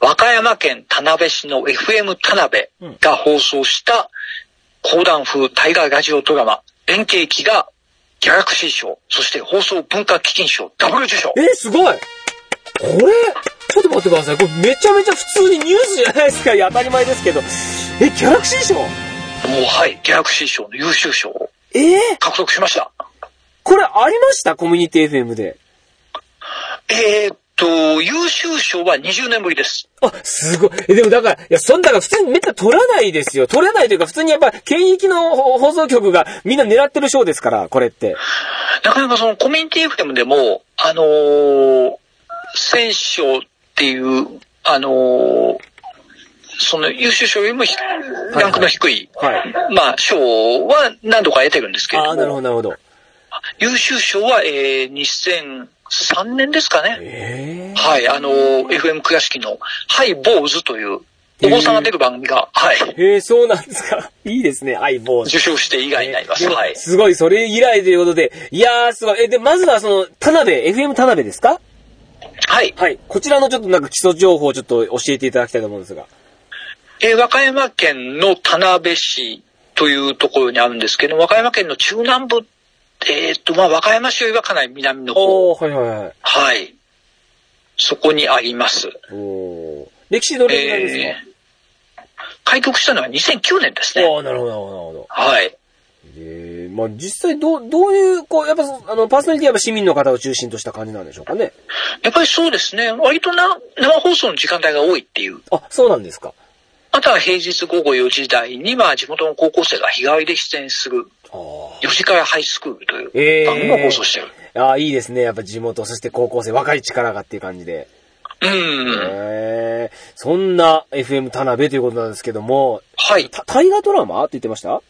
[SPEAKER 2] 和歌山県田辺市の FM 田辺が放送した、講談風大河ラジオドラマ、連携期が、ギャラクシー賞、そして放送文化基金賞、ダブル受賞。
[SPEAKER 1] えー、すごいこれ、ちょっと待ってください。これめちゃめちゃ普通にニュースじゃないですか。いや、当たり前ですけど。え、ギャラクシー賞
[SPEAKER 2] もう、はい、ギャラクシー賞の優秀賞を
[SPEAKER 1] えー、
[SPEAKER 2] 獲得しました。
[SPEAKER 1] これありましたコミュニティ FM で。
[SPEAKER 2] えーっと、優秀賞は20年ぶりです。
[SPEAKER 1] あ、すごい。え、でもだから、いや、そんだから普通にめった取らないですよ。取らないというか、普通にやっぱ、県域の放放送局がみんな狙ってる賞ですから、これって。
[SPEAKER 2] なかなかそのコミュニティ FM でも、あのー、選賞っていう、あのー、その優秀賞よりもひランクの低い、
[SPEAKER 1] はい。
[SPEAKER 2] まあ、賞は何度か得てるんですけれ
[SPEAKER 1] あ
[SPEAKER 2] ど
[SPEAKER 1] あ、なるほど、
[SPEAKER 2] も、
[SPEAKER 1] なるほど。
[SPEAKER 2] 優秀賞は、えー、2003年ですかね。
[SPEAKER 1] ええ
[SPEAKER 2] はい、あのー、FM 倉敷の、はい、坊主という、お坊さんが出る番組が、はい、
[SPEAKER 1] へえ、そうなんですか。 いいですね、相棒。
[SPEAKER 2] 受賞して以外になります。
[SPEAKER 1] で
[SPEAKER 2] はい。
[SPEAKER 1] すごい、それ以来ということで。いやー、すごい。え、で、まずはその、田辺、FM 田辺ですか
[SPEAKER 2] はい。
[SPEAKER 1] はい。こちらのちょっとなんか基礎情報をちょっと教えていただきたいと思うんですが。
[SPEAKER 2] えー和歌山県の田辺市というところにあるんですけど、和歌山県の中南部、えーっと、まあ、和歌山市よりはかなり南の方。
[SPEAKER 1] おー、はいはいはい。
[SPEAKER 2] はい。そこにあります。
[SPEAKER 1] おー。歴史どれぐらいですか、
[SPEAKER 2] え開局したのは2009年ですね。
[SPEAKER 1] おー、なるほど、なるほど、なるほど。
[SPEAKER 2] はい。
[SPEAKER 1] ええまあ実際どう、どういう、こう、やっぱそ、あの、パーソナリティはやっぱ市民の方を中心とした感じなんでしょうかね。
[SPEAKER 2] やっぱりそうですね。割とな生放送の時間帯が多いっていう。
[SPEAKER 1] あ、そうなんですか。
[SPEAKER 2] あとは平日午後4時台に、まあ、地元の高校生が日替わりで出演する、
[SPEAKER 1] あー。
[SPEAKER 2] 吉川ハイスクールという
[SPEAKER 1] えー
[SPEAKER 2] 番組を放送してる。
[SPEAKER 1] ああ、いいですね。やっぱ地元、そして高校生、若い力がっていう感じで。
[SPEAKER 2] うん。
[SPEAKER 1] へえ。そんな FM 田辺ということなんですけども、
[SPEAKER 2] はい。
[SPEAKER 1] た大河ドラマって言ってました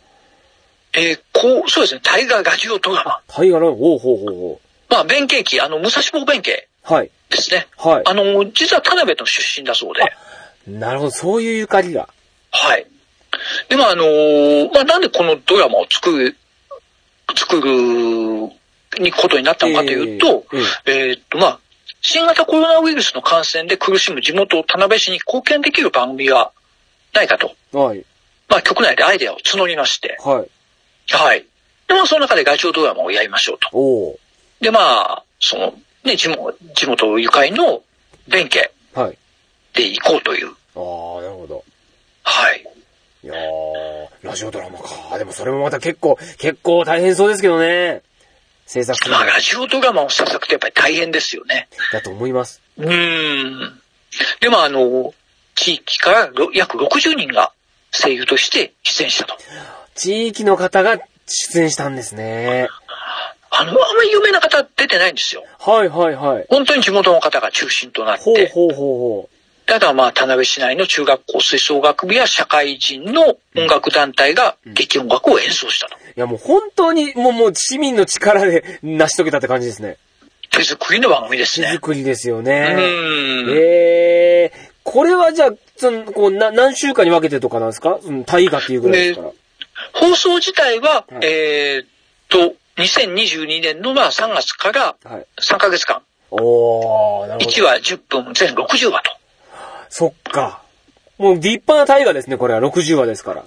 [SPEAKER 2] えーこう、そうですね、大河ガジオドラマ。
[SPEAKER 1] 大河ドラマおうほうほうほ
[SPEAKER 2] まあ、弁慶期、あの、武蔵坊弁慶
[SPEAKER 1] う。はい。
[SPEAKER 2] ですね。
[SPEAKER 1] はい
[SPEAKER 2] あの、実は田辺の出身だそうで。
[SPEAKER 1] なるほど、そういうゆかりが。
[SPEAKER 2] はい。でも、あのーまあ、なんでこのドラマを作る、作る、にことになったのかというと、
[SPEAKER 1] えー
[SPEAKER 2] えーっと、まあ、新型コロナウイルスの感染で苦しむ地元田辺市に貢献できる番組はないかと。
[SPEAKER 1] はい。
[SPEAKER 2] まあ、局内でアイデアを募りまして。
[SPEAKER 1] はい。
[SPEAKER 2] はい。で、まあ、その中でガジオドラマをやりましょうと。
[SPEAKER 1] おう。
[SPEAKER 2] で、まあ、その、ね、地元、地元ゆかりの弁慶
[SPEAKER 1] はい。
[SPEAKER 2] で行こうという。
[SPEAKER 1] ああ、なるほど。
[SPEAKER 2] はい。
[SPEAKER 1] いやー、ラジオドラマか。でもそれもまた結構、結構大変そうですけどね。制作する
[SPEAKER 2] まあ、
[SPEAKER 1] の
[SPEAKER 2] ラジオドラマを制作ってやっぱり大変ですよね。
[SPEAKER 1] だと思います。
[SPEAKER 2] うーん。でも、あの、地域からろ約60人が声優として出演したと。
[SPEAKER 1] 地域の方が出演したんですね。
[SPEAKER 2] あの、あんまり有名な方出てないんですよ。
[SPEAKER 1] はいはいはい。
[SPEAKER 2] 本当に地元の方が中心となっ
[SPEAKER 1] ほう
[SPEAKER 2] て。
[SPEAKER 1] ほうほうほ
[SPEAKER 2] ただまあ、田辺市内の中学校吹奏楽部や社会人の音楽団体が劇音楽を演奏したと。
[SPEAKER 1] う。いやもう本当に、もうもう市民の力で 成し遂げたって感じですね。
[SPEAKER 2] 手作りの番組です
[SPEAKER 1] 手
[SPEAKER 2] ね。
[SPEAKER 1] 作りですよ
[SPEAKER 2] う
[SPEAKER 1] ね。
[SPEAKER 2] ーん。
[SPEAKER 1] えー、これはじゃあ、その、こう、な、何週間に分けてとかなんですかその、大河っていうぐらいですから。
[SPEAKER 2] 放送自体は、
[SPEAKER 1] はい
[SPEAKER 2] えーっと、2022年のまあ3月から
[SPEAKER 1] はい。
[SPEAKER 2] 3ヶ月間、
[SPEAKER 1] おー、なるほど
[SPEAKER 2] 1。話10分、全60話と。
[SPEAKER 1] そっか。もう立派な大河ですね、これは。60話ですから。
[SPEAKER 2] ま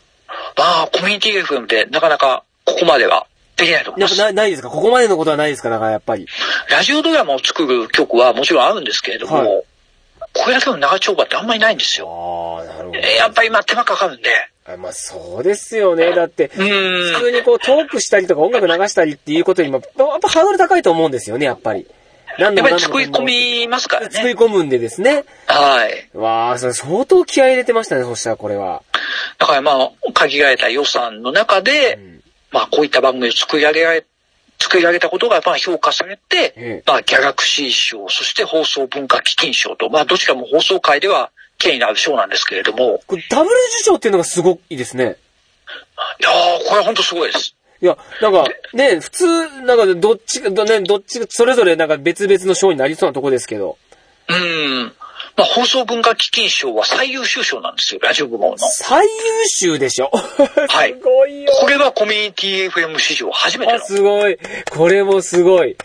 [SPEAKER 2] あ、コミュニティ FM でなかなかここまではできないと思い
[SPEAKER 1] や
[SPEAKER 2] ま
[SPEAKER 1] っぱ
[SPEAKER 2] す。
[SPEAKER 1] なないですかここまでのことはないですかだからやっぱり。
[SPEAKER 2] ラジオドラマを作る曲はもちろんあるんですけれども、
[SPEAKER 1] はい
[SPEAKER 2] これだけの長丁場ってあんまりないんですよ。
[SPEAKER 1] ああ、なるほど
[SPEAKER 2] えーやっぱりまあ手間かかるんで。
[SPEAKER 1] あまあそうですよね。だって、
[SPEAKER 2] うー
[SPEAKER 1] 普
[SPEAKER 2] ん。
[SPEAKER 1] 通にこうトークしたりとか音楽流したりっていうことにも、やっぱハードル高いと思うんですよね、やっぱり。何
[SPEAKER 2] や
[SPEAKER 1] 度も
[SPEAKER 2] っぱ
[SPEAKER 1] 何
[SPEAKER 2] り
[SPEAKER 1] 度
[SPEAKER 2] 作
[SPEAKER 1] も
[SPEAKER 2] り込みますから
[SPEAKER 1] 作り
[SPEAKER 2] ね。
[SPEAKER 1] 込むんでですね。
[SPEAKER 2] はい。
[SPEAKER 1] わあ、それ相当気合い入れてましたね、そしたらこれは。
[SPEAKER 2] だからまあ、限られた予算の中で、
[SPEAKER 1] うん
[SPEAKER 2] まあこういった番組を作り上げられ、作り上げたことがまあ評価されて、
[SPEAKER 1] ええ
[SPEAKER 2] まあギャラクシー賞、そして放送文化基金賞と、まあどちらも放送界では権威のある賞なんですけれども、
[SPEAKER 1] これダブル受賞っていうのがすごいですね。
[SPEAKER 2] いやー、これ本当すごいです。
[SPEAKER 1] いや、なんか、ね、普通、なんかどっちか、どね、どっちか、それぞれなんか別々の賞になりそうなとこですけど。
[SPEAKER 2] うん。まあ、放送文化基金賞は最優秀賞なんですよ、ラジオ部門の。
[SPEAKER 1] 最優秀でしょ
[SPEAKER 2] はい
[SPEAKER 1] すごいよ。
[SPEAKER 2] これはコミュニティ FM 史上初めて
[SPEAKER 1] あ、
[SPEAKER 2] の。
[SPEAKER 1] すごい。これもすごい。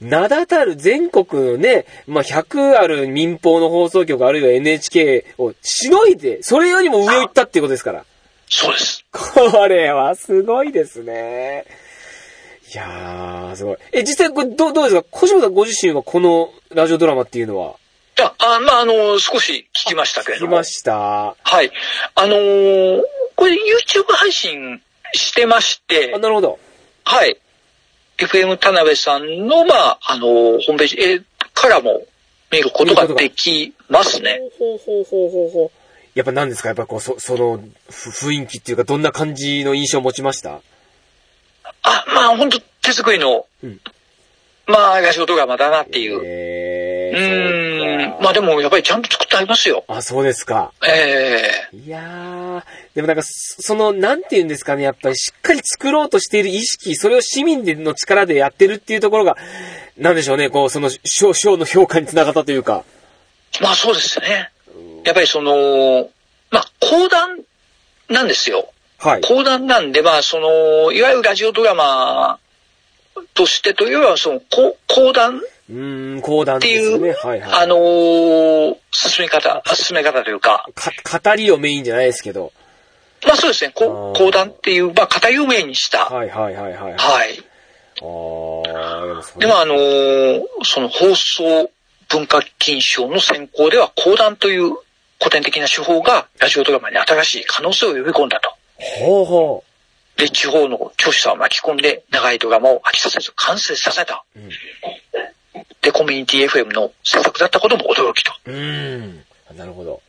[SPEAKER 1] 名だたる全国のね、まあ、100ある民放の放送局あるいは NHK をしのいで、それよりも上を行ったっていうことですから。
[SPEAKER 2] そうです。
[SPEAKER 1] これはすごいですね。いやー、すごい。え、実際これどう、どうですか小島さんご自身はこのラジオドラマっていうのは
[SPEAKER 2] じゃあ、あまあ、あの、少し聞きましたけれ
[SPEAKER 1] 聞き
[SPEAKER 2] ども
[SPEAKER 1] ま。した。
[SPEAKER 2] はい。あのーこれ YouTube 配信してまして
[SPEAKER 1] あ、、なるほど。
[SPEAKER 2] はい。FM 田辺さんの、まあ、あのーホームページえーからも見ることができますね。
[SPEAKER 1] ほうほうほうほうほう。やっぱ何ですかやっぱこう、そ、その、ふ雰囲気っていうか、どんな感じの印象を持ちました
[SPEAKER 2] あ、まあ、本当手作りの、
[SPEAKER 1] うん
[SPEAKER 2] まあ、ラジオドラマだなっていう。
[SPEAKER 1] え
[SPEAKER 2] う
[SPEAKER 1] ー、そ
[SPEAKER 2] ー。
[SPEAKER 1] うんか
[SPEAKER 2] まあでも、やっぱりちゃんと作ってありますよ。
[SPEAKER 1] あ、そうですか。
[SPEAKER 2] ええ
[SPEAKER 1] いやー、でもなんか、そその、なんて言うんですかね、やっぱりしっかり作ろうとしている意識、それを市民での力でやってるっていうところが、なんでしょうね、こう、その、賞、賞の評価につながったというか。
[SPEAKER 2] まあそうですね。やっぱりその、まあ、講談なんですよ。
[SPEAKER 1] はい。
[SPEAKER 2] 講談なんで、まあ、その、いわゆるラジオドラマとしてというよりは、その、こ講談、
[SPEAKER 1] うーん、講談ですよね。はいはい。
[SPEAKER 2] あの、ー進め方、あ進め方というか、
[SPEAKER 1] か、語りをメインじゃないですけど。
[SPEAKER 2] まあそうですね、こ
[SPEAKER 1] あー
[SPEAKER 2] 講談っていう、まあ、型有名にした。
[SPEAKER 1] はいはいはいはい。あ
[SPEAKER 2] はい。
[SPEAKER 1] ー、でもそれ
[SPEAKER 2] でも、あのーその放送文化金賞の選考では、講談という古典的な手法がラジオドラマに新しい可能性を呼び込んだと。
[SPEAKER 1] ほうほ
[SPEAKER 2] で、地方の教師さんを巻き込んで、長いドラマを飽きさせず完成させた。
[SPEAKER 1] う。うん。
[SPEAKER 2] で、コミュニティ FM の制作だったことも驚きと。
[SPEAKER 1] うーん。なるほど。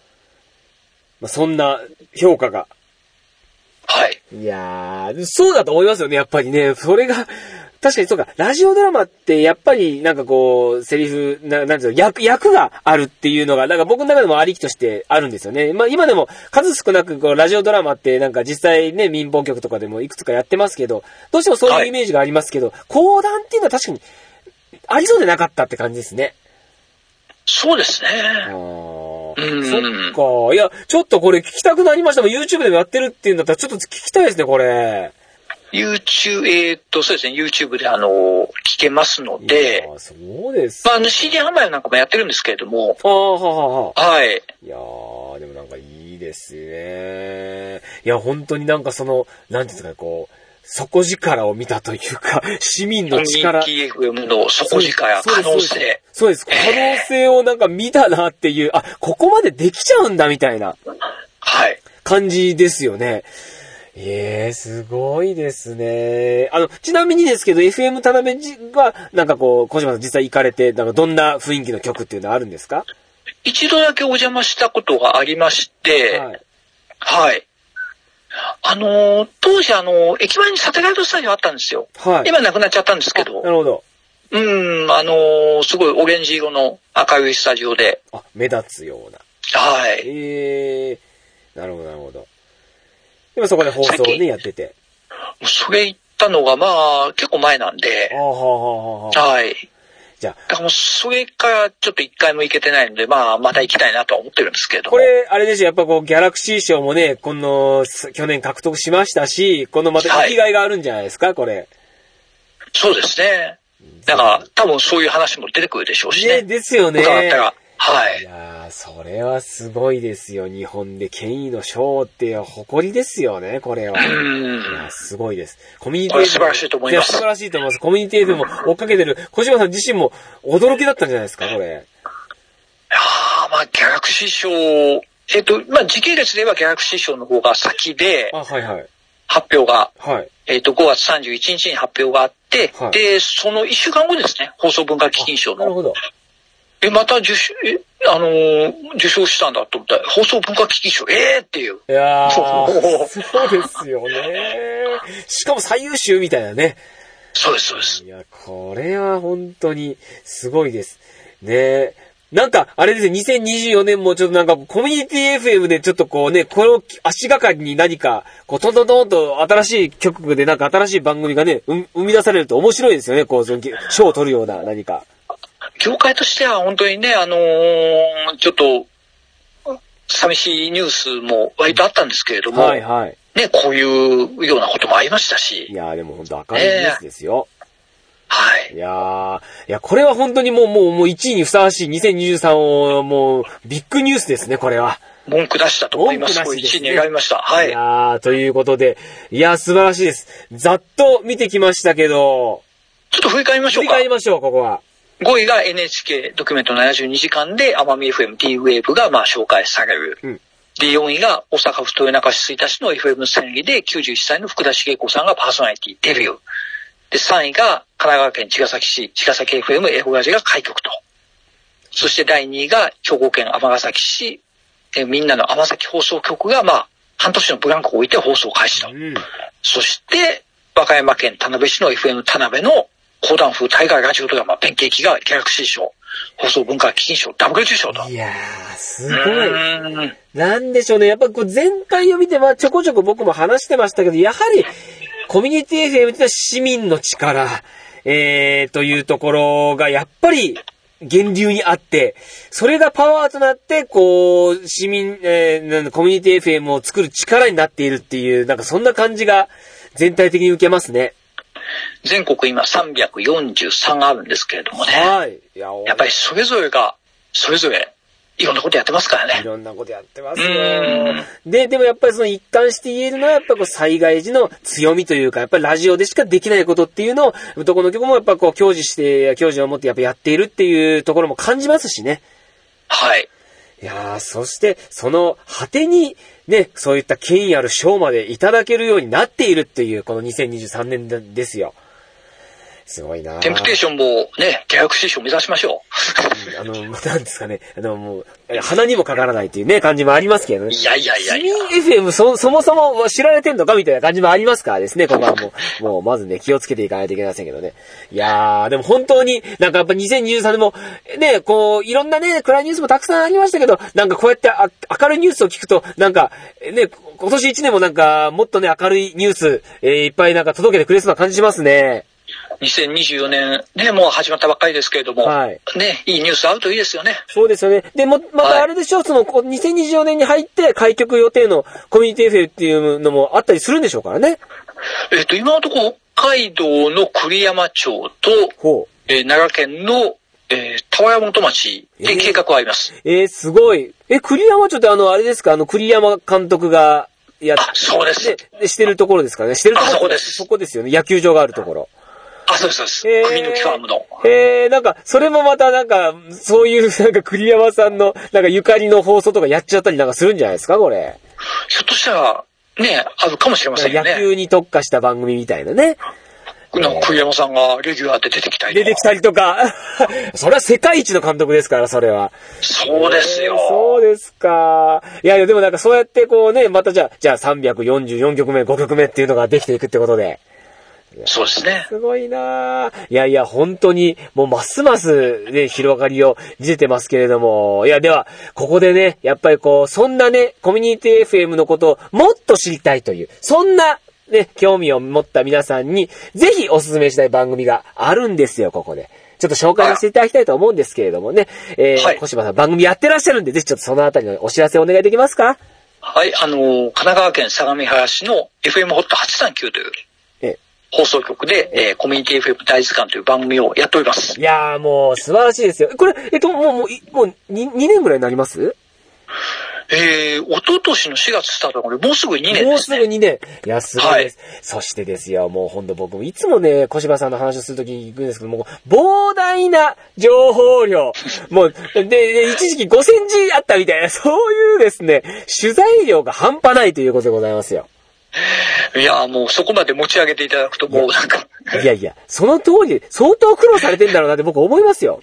[SPEAKER 1] まあ、そんな評価が。
[SPEAKER 2] はい。
[SPEAKER 1] いやー、そうだと思いますよね、やっぱりね。それが、確かにそうか、ラジオドラマって、やっぱり、なんかこう、セリフ、ななんていうの、役、役があるっていうのが、なんか僕の中でもありきとしてあるんですよね。まあ今でも、数少なく、こう、ラジオドラマって、なんか実際ね、民放局とかでもいくつかやってますけど、どうしてもそういうイメージがありますけど、講談っていうのは確かに、ありそうでなかったって感じですね。
[SPEAKER 2] そうです
[SPEAKER 1] あ
[SPEAKER 2] ね。
[SPEAKER 1] ー
[SPEAKER 2] うん
[SPEAKER 1] そっか。いや、ちょっとこれ聞きたくなりましたもん。YouTube でもやってるっていうんだったら、ちょっと聞きたいですね、これ。
[SPEAKER 2] YouTube、えーっと、そうですね、YouTube であのー聞けますの
[SPEAKER 1] い
[SPEAKER 2] で
[SPEAKER 1] や、ー、そうです
[SPEAKER 2] まあ、あの CD 販売なんかもやってるんですけれども、
[SPEAKER 1] ああ、はあはあはあ。
[SPEAKER 2] はい。
[SPEAKER 1] いやー、でもなんかいいですね。いや、本当になんかその、なんていうんですかね、こう、底力を見たというか、 市民の
[SPEAKER 2] 人
[SPEAKER 1] 力。
[SPEAKER 2] 気 FM の底力、
[SPEAKER 1] そう
[SPEAKER 2] 可
[SPEAKER 1] です
[SPEAKER 2] 能
[SPEAKER 1] そう
[SPEAKER 2] 性
[SPEAKER 1] で。すそうです。可能性をなんか見たなっていう、あ、ここまでできちゃうんだみたいな
[SPEAKER 2] はい。
[SPEAKER 1] 感じですよね。ええすごいですね。あの、ちなみにですけど、FM 田辺じは、なんかこう、小島さん実際行かれて、なんかどんな雰囲気の曲っていうのはあるんですか
[SPEAKER 2] 一度だけお邪魔したことがありまして、はい。
[SPEAKER 1] い。
[SPEAKER 2] あのー当時あのー駅前にサテライトスタジオあったんですよ。
[SPEAKER 1] はい。
[SPEAKER 2] 今なくなっちゃったんですけど
[SPEAKER 1] な、るほど。
[SPEAKER 2] うん、あのーすごいオレンジ色の明るいスタジオで、
[SPEAKER 1] あ、目立つような。
[SPEAKER 2] はい。
[SPEAKER 1] ええなるほど、なるほど。今そこで放送をね、
[SPEAKER 2] 最近
[SPEAKER 1] やってて。
[SPEAKER 2] それ行ったのがまあ、結構前なん
[SPEAKER 1] あ
[SPEAKER 2] で
[SPEAKER 1] あ、、はあ、はあ、はあ。
[SPEAKER 2] はい。
[SPEAKER 1] じゃ
[SPEAKER 2] だからもうそれからちょっと一回も行けてないので、まあ、また行きたいなとは思ってるんですけれども。
[SPEAKER 1] これ、あれでしょ、やっぱこう、ギャラクシー賞もね、この、す去年獲得しましたし、このまた生きがいがあるんじゃないですか、これ。
[SPEAKER 2] そうですね。だから、多分そういう話も出てくるでしょうし
[SPEAKER 1] ね、
[SPEAKER 2] ね。
[SPEAKER 1] ですよね。
[SPEAKER 2] 伺ったら。はいい。
[SPEAKER 1] やー、それはすごいですよ。日本で権威の賞って誇りですよね、これは。
[SPEAKER 2] う
[SPEAKER 1] い
[SPEAKER 2] ん。
[SPEAKER 1] や、すごいです。コミュニテ
[SPEAKER 2] こ
[SPEAKER 1] ィ
[SPEAKER 2] れ素晴らしいと思います
[SPEAKER 1] や素晴らしいと思います。コミュニティでも追っかけてる、小島さん自身も驚きだったんじゃないですか、これ。
[SPEAKER 2] ああ、まあ、ギャラクシー賞、えっと、まあ、時系列で言えばギャラクシー賞の方が先で、
[SPEAKER 1] あ、はいはい。
[SPEAKER 2] 発表が、
[SPEAKER 1] はい。
[SPEAKER 2] えっと、5月31日に発表があって、
[SPEAKER 1] はい
[SPEAKER 2] で、その1週間後ですね、放送文化基金賞
[SPEAKER 1] なる
[SPEAKER 2] の。
[SPEAKER 1] ほど。
[SPEAKER 2] え、また受賞、え、あのー受賞したんだと思ったら、放送文化基金賞、ええっていう。
[SPEAKER 1] いやー、
[SPEAKER 2] そう
[SPEAKER 1] そうですよね。しかも最優秀みたいなね。
[SPEAKER 2] そうです、そうです。
[SPEAKER 1] いや、これは本当にすごいです。ねえ。なんか、あれですね、2024年もちょっとなんか、コミュニティ FM でちょっとこうね、これを足がかりに何か、こう、トントントンと新しい曲でなんか新しい番組がね、うん生み出されると面白いですよね、こう、その賞を取るような何か。
[SPEAKER 2] 業界としては本当にね、あのーちょっと、寂しいニュースも割とあったんですけれども、
[SPEAKER 1] はいはい。
[SPEAKER 2] ね、こういうようなこともありました
[SPEAKER 1] い
[SPEAKER 2] し、
[SPEAKER 1] やーでも本当明るいニュースですよ。
[SPEAKER 2] はい
[SPEAKER 1] い。やー、いや、これは本当にもう、もう、もう1位にふさわしい2023を、もう、ビッグニュースですね、これは。
[SPEAKER 2] 文句出したと思います。
[SPEAKER 1] 文
[SPEAKER 2] こ
[SPEAKER 1] 句
[SPEAKER 2] れ
[SPEAKER 1] なしです
[SPEAKER 2] 1
[SPEAKER 1] ね
[SPEAKER 2] 位に選びました。はいい。
[SPEAKER 1] やー、ということで、いやー、素晴らしいです。ざっと見てきましたけど、
[SPEAKER 2] ちょっと振り返りまし
[SPEAKER 1] 振
[SPEAKER 2] ょう
[SPEAKER 1] り
[SPEAKER 2] か
[SPEAKER 1] 返。りましょう、ここは。
[SPEAKER 2] 5位が NHK ドキュメント72時間で奄美 FM D ウェーブがまあ紹介される。
[SPEAKER 1] うん
[SPEAKER 2] で、4位が大阪府豊中市吹田市の FM 千里で91歳の福田茂子さんがパーソナリティデビュー。で、3位が神奈川県茅ヶ崎市茅ヶ崎 FM エホラジが開局と。そして第2位が兵庫県尼崎市えみんなの尼崎放送局がまあ半年のブランクを置いて放送開始と
[SPEAKER 1] う。ん。
[SPEAKER 2] そして、和歌山県田辺市の FM 田辺の講談風大河ラジオドラマ弁慶期がギャラクシー賞、放送文化基金賞、ダブル受賞と。
[SPEAKER 1] いやー、す
[SPEAKER 2] う
[SPEAKER 1] ごい。
[SPEAKER 2] ーん
[SPEAKER 1] なんでしょうね。やっぱこう前回を見て、まあちょこちょこ僕も話してましたけど、やはり、コミュニティ FM っていうのは市民の力、えー、というところが、やっぱり、源流にあって、それがパワーとなって、こう、市民、えー、なんだコミュニティ FM を作る力になっているっていう、なんかそんな感じが、全体的に受けますね。
[SPEAKER 2] 全国今343あるんですけれどもね。
[SPEAKER 1] はい。いや、
[SPEAKER 2] やっぱりそれぞれが、それぞれいろんなことやってますから
[SPEAKER 1] い
[SPEAKER 2] ね。
[SPEAKER 1] ろんなことやってます
[SPEAKER 2] う
[SPEAKER 1] よ
[SPEAKER 2] ー。
[SPEAKER 1] で、でもやっぱりその一貫して言えるのは、やっぱこう災害時の強みというか、やっぱりラジオでしかできないことっていうのを、どこの曲もやっぱこう享受して、享受を持ってやっぱやっているっていうところも感じますしね。
[SPEAKER 2] はい。
[SPEAKER 1] いやー、そして、その果てに、ね、そういった権威ある賞までいただけるようになっているっていう、この2023年でですよ。すごいなー
[SPEAKER 2] テンプテーションもね、ギャラクシー賞目指しましょ
[SPEAKER 1] あの、なんですかね。あの、もう、鼻にもかからないというね、感じもありますけど
[SPEAKER 2] う。
[SPEAKER 1] ね
[SPEAKER 2] い。やいやいや
[SPEAKER 1] 市
[SPEAKER 2] いや。
[SPEAKER 1] 民 FM そ、そもそも知られてんのかみたいな感じもありますからですね、ここはもう、 もうまずね、気をつけていかないといけませんけどね。いやー、でも本当に、なんかやっぱ2023年も、ね、こう、いろんなね、暗いニュースもたくさんありましたけど、なんかこうやってあ明るいニュースを聞くと、なんか、ね、今年1年もなんか、もっとね、明るいニュース、えーいっぱいなんか届けてくれそうな感じしますね。
[SPEAKER 2] 2024年、ね、もう始まったばっかりですけれども、
[SPEAKER 1] はい
[SPEAKER 2] ね、いいニュースあるといいですよね。
[SPEAKER 1] そうですよね。で、も、ま
[SPEAKER 2] は
[SPEAKER 1] た
[SPEAKER 2] い
[SPEAKER 1] あれでしょう、その、こう2024年に入って開局予定のコミュニティ FM っていうのもあったりするんでしょうからね。
[SPEAKER 2] えっ、と、今のところ北海道の栗山町と、
[SPEAKER 1] ほう。
[SPEAKER 2] えー奈良県の、えー、田原本町で計画はあります。
[SPEAKER 1] えー、すごい。え、栗山ちょっとあの、あれですかあの、栗山監督が、えやっ
[SPEAKER 2] あ、そうです。
[SPEAKER 1] でで、してるところですからね。してるところ
[SPEAKER 2] あそこです
[SPEAKER 1] そこですよね。野球場があるところ。
[SPEAKER 2] あ、そうです、そうです。
[SPEAKER 1] へー
[SPEAKER 2] 組抜きファームの。
[SPEAKER 1] へえ、なんか、それもまたなんか、そういうなんか栗山さんの、なんかゆかりの放送とかやっちゃったりなんかするんじゃないですか、これ。
[SPEAKER 2] ひょっとしたら、ね、あるかもしれませんよ
[SPEAKER 1] 野
[SPEAKER 2] ね。
[SPEAKER 1] 球に特化した番組みたいなね。
[SPEAKER 2] なんか栗山さんがレギュラーで出てきたりと
[SPEAKER 1] 出
[SPEAKER 2] か
[SPEAKER 1] てきたりとか。 それは世界一の監督ですから、それは。
[SPEAKER 2] そうですよ
[SPEAKER 1] えー。そうですか。いやいや、でもなんかそうやってこうね、またじゃあ、じゃあ344曲目、5曲目っていうのができていくってことで。
[SPEAKER 2] そうですね。
[SPEAKER 1] すごいなぁ。いやいや、本当に、もうますますね、広がりを見せてますけれども。いや、では、ここでね、やっぱりこう、そんなね、コミュニティ FM のことをもっと知りたいという、そんな、ね、興味を持った皆さんに、ぜひお勧めしたい番組があるんですよ、ここで。ちょっと紹介させていただきたいと思うんですけれどもね。えー、
[SPEAKER 2] はい
[SPEAKER 1] 小柴さん番組やってらっしゃるんで、ぜひちょっとそのあたりのお知らせお願いできますか
[SPEAKER 2] はい、あの神奈川県相模原市の FM ホット839という
[SPEAKER 1] え
[SPEAKER 2] 放送局で、えーコミュニティ FM 大図鑑という番組をやっております
[SPEAKER 1] い。やーもう、素晴らしいですよ。これ、えっと、もう、もうい、もう、2、2年ぐらいになります
[SPEAKER 2] えー、おととしの4月スタートなので、もうすぐ2年
[SPEAKER 1] も
[SPEAKER 2] で
[SPEAKER 1] う
[SPEAKER 2] す
[SPEAKER 1] す
[SPEAKER 2] ね。
[SPEAKER 1] ぐ2年。いや、すごいです。そしてですよ、もうほんと僕もいつもね、小柴さんの話をするときに行くんですけども、膨大な情報量。もう、で、で一時期5センチあったみたいな、そういうですね、取材量が半端ないということでございますよ。
[SPEAKER 2] いやーもうそこまで持ち上げていただくと、もうなんか、
[SPEAKER 1] いやいや、その当時、相当苦労されてんだろうなって僕思いますよ。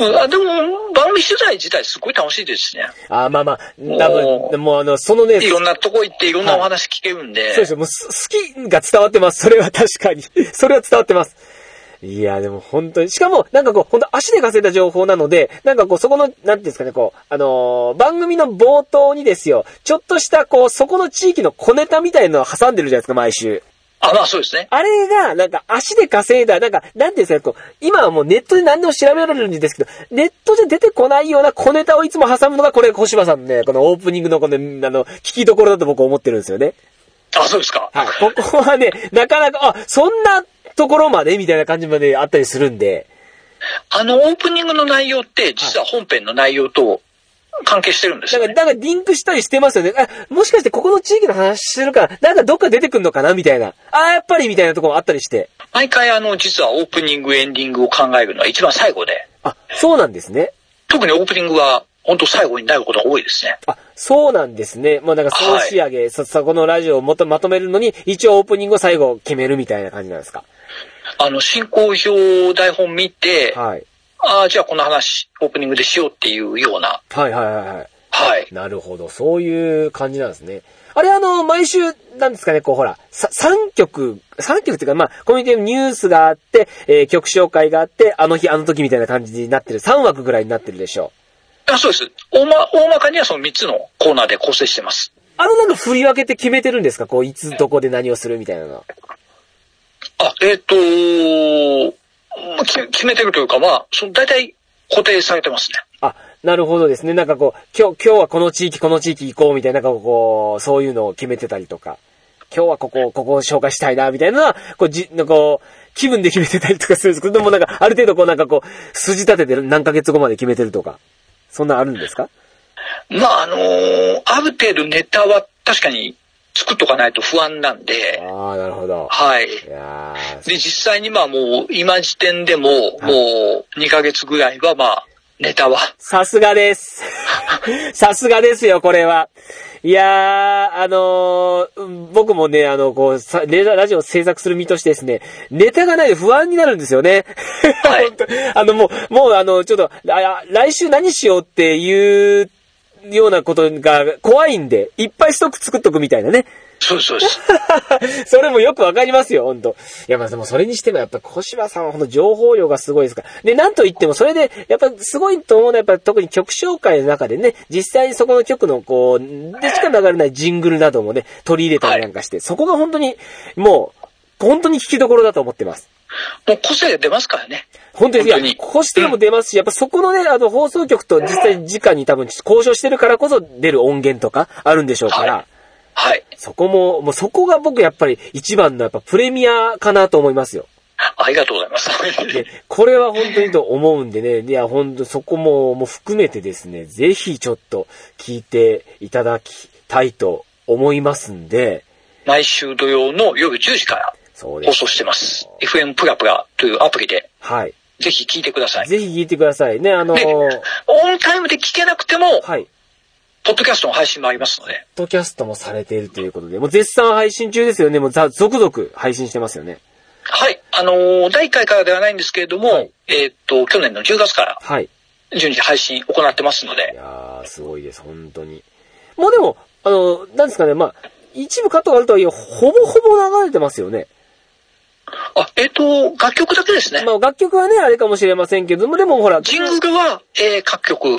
[SPEAKER 2] うんあでも、番組取材自体すごい楽しいですしね。
[SPEAKER 1] あーまあまあ、多
[SPEAKER 2] おー
[SPEAKER 1] 分、もうあの、そのね、
[SPEAKER 2] いろんなとこ行っていろんなお話聞けるんで。
[SPEAKER 1] そうですよ。もうす、好きが伝わってます。それは確かに。 それは伝わってます。いや、でも本当に。しかも、なんかこう、本当足で稼いだ情報なので、なんかこう、そこの、なんていうんですかね、こう、あのー番組の冒頭にですよ、ちょっとした、こう、そこの地域の小ネタみたいなのを挟んでるじゃないですか、毎週。
[SPEAKER 2] あ、まあそうですね。
[SPEAKER 1] あれが、なんか足で稼いだ、なんか、なんていうんですかね、こう、今はもうネットで何でも調べられるんですけど、ネットで出てこないような小ネタをいつも挟むのが、これ、小柴さんのね、このオープニングのこの、あの、聞きどころだと僕思ってるんですよね。
[SPEAKER 2] あ、そうですか。
[SPEAKER 1] はい。 ここはね、なかなか、あ、そんなところまでみたいな感じまであったりするんで。
[SPEAKER 2] あの、オープニングの内容って、実は本編の内容と関係してるんです
[SPEAKER 1] だ
[SPEAKER 2] よ、
[SPEAKER 1] から、
[SPEAKER 2] ね。
[SPEAKER 1] だからリンクしたりしてますよね。あ、もしかしてここの地域の話してるから、なんかどっか出てくんのかなみたいな。あ、やっぱりみたいなところもあったりして。
[SPEAKER 2] 毎回あの、実はオープニング、エンディングを考えるのは一番最後で、
[SPEAKER 1] あ、そうなんですね。
[SPEAKER 2] 特にオープニングは、本当最後になることが多いですね。
[SPEAKER 1] あ、そうなんですね。もうなんか総仕上げ、そ、そこのラジオをもとまとめるのに、一応オープニングを最後決めるみたいな感じなんですか。
[SPEAKER 2] あの、進行表台本見て、
[SPEAKER 1] はい。
[SPEAKER 2] ああ、じゃあこの話、オープニングでしようっていうような、
[SPEAKER 1] はいはいはいはい。
[SPEAKER 2] はい。
[SPEAKER 1] なるほど。そういう感じなんですね。あれ、あの、毎週、なんですかね、こう、ほら、さ3曲、3曲っていうか、まあ、コミュニティのニュースがあって、えー曲紹介があって、あの日、あの時みたいな感じになってる。3枠ぐらいになってるでしょ
[SPEAKER 2] あそうです。大ま、大まかにはその3つのコーナーで構成してます。
[SPEAKER 1] う。あの、なんか振り分けて決めてるんですかこう、いつ、どこで何をするみたいなの。
[SPEAKER 2] あ、えっ、とまあき決めてるというか、まあ、その大体固定されてますね。
[SPEAKER 1] あ、なるほどですね。なんかこう、今日、今日はこの地域、この地域行こうみたいな、なんかこう、そういうのを決めてたりとか。今日はここ、ここを紹介したいな、みたいなのは、こう、じ、なんかこう、気分で決めてたりとかするんですけど、でもなんか、ある程度こう、なんかこう、筋立てて何ヶ月後まで決めてるとか。そんなんあるんですか
[SPEAKER 2] まあ、あのーある程度ネタは確かに作っとかないと不安なんで、
[SPEAKER 1] ああ、なるほど。
[SPEAKER 2] はい。
[SPEAKER 1] いやー
[SPEAKER 2] で、実際にまあもう、今時点でも、もう2ヶ月ぐらいはまあ、ネタは、
[SPEAKER 1] さすが です。さすがですよ、これは。いやー、あのーうん僕もね、あの、こう、さレラジオ制作する身としてですね、ネタがないで不安になるんですよね。
[SPEAKER 2] はい
[SPEAKER 1] 本当あの、もう、もう、あの、ちょっと、あ来週何しようっていう、ようなことが怖いんで、いっぱいストック作っとくみたいなね。
[SPEAKER 2] そうです、そうです。
[SPEAKER 1] それもよくわかりますよ、ほんと。いや、まあでもそれにしてもやっぱ小柴さんはほんと情報量がすごいですから。で、なんと言ってもそれで、やっぱすごいと思うのはやっぱ特に曲紹介の中でね、実際にそこの曲のこう、でしか流れないジングルなどもね、取り入れたりなんかして、そこが本当に、もう、本当に聞きどころだと思ってます。
[SPEAKER 2] もう個性出ますからね。
[SPEAKER 1] 本当に、いや
[SPEAKER 2] 本当に、
[SPEAKER 1] こうしても出ますし、やっぱそこのね、あの、放送局と実際直に多分交渉してるからこそ出る音源とかあるんでしょうから、
[SPEAKER 2] はいはい。
[SPEAKER 1] そこも、もうそこが僕やっぱり一番のやっぱプレミアかなと思いますよ。
[SPEAKER 2] ありがとうございます。
[SPEAKER 1] で、これは本当にと思うんでね、いや、本当そこも、もう含めてですね、ぜひちょっと聞いていただきたいと思いますんで、
[SPEAKER 2] 毎週土曜の夜10時から
[SPEAKER 1] そうで
[SPEAKER 2] 放
[SPEAKER 1] す。
[SPEAKER 2] 送してます。FM プラプラというアプリで、
[SPEAKER 1] はい。
[SPEAKER 2] ぜひ聞いてください。
[SPEAKER 1] ぜひ聞いてくださいね。あの
[SPEAKER 2] で、オンタイムで聞けなくても、
[SPEAKER 1] はい。
[SPEAKER 2] ポッドキャストの配信もありますので、
[SPEAKER 1] ポッドキャストもされているということで、もう絶賛配信中ですよね。もうざ続々配信してますよね。
[SPEAKER 2] はい、あのー第1回からではないんですけれども、
[SPEAKER 1] はい
[SPEAKER 2] えーっと、去年の10月から
[SPEAKER 1] はい。
[SPEAKER 2] 順次配信行ってますの
[SPEAKER 1] い
[SPEAKER 2] で、
[SPEAKER 1] やー、すごいです、本当に。もうでも、あの、なんですかね、まあ、一部カットがあるとはいえ、ほぼほぼ流れてますよね。
[SPEAKER 2] あ、えーっと、楽曲だけですね。
[SPEAKER 1] まあ、楽曲はね、あれかもしれませんけども、でもほら、
[SPEAKER 2] ジングルは、えー各曲、もう、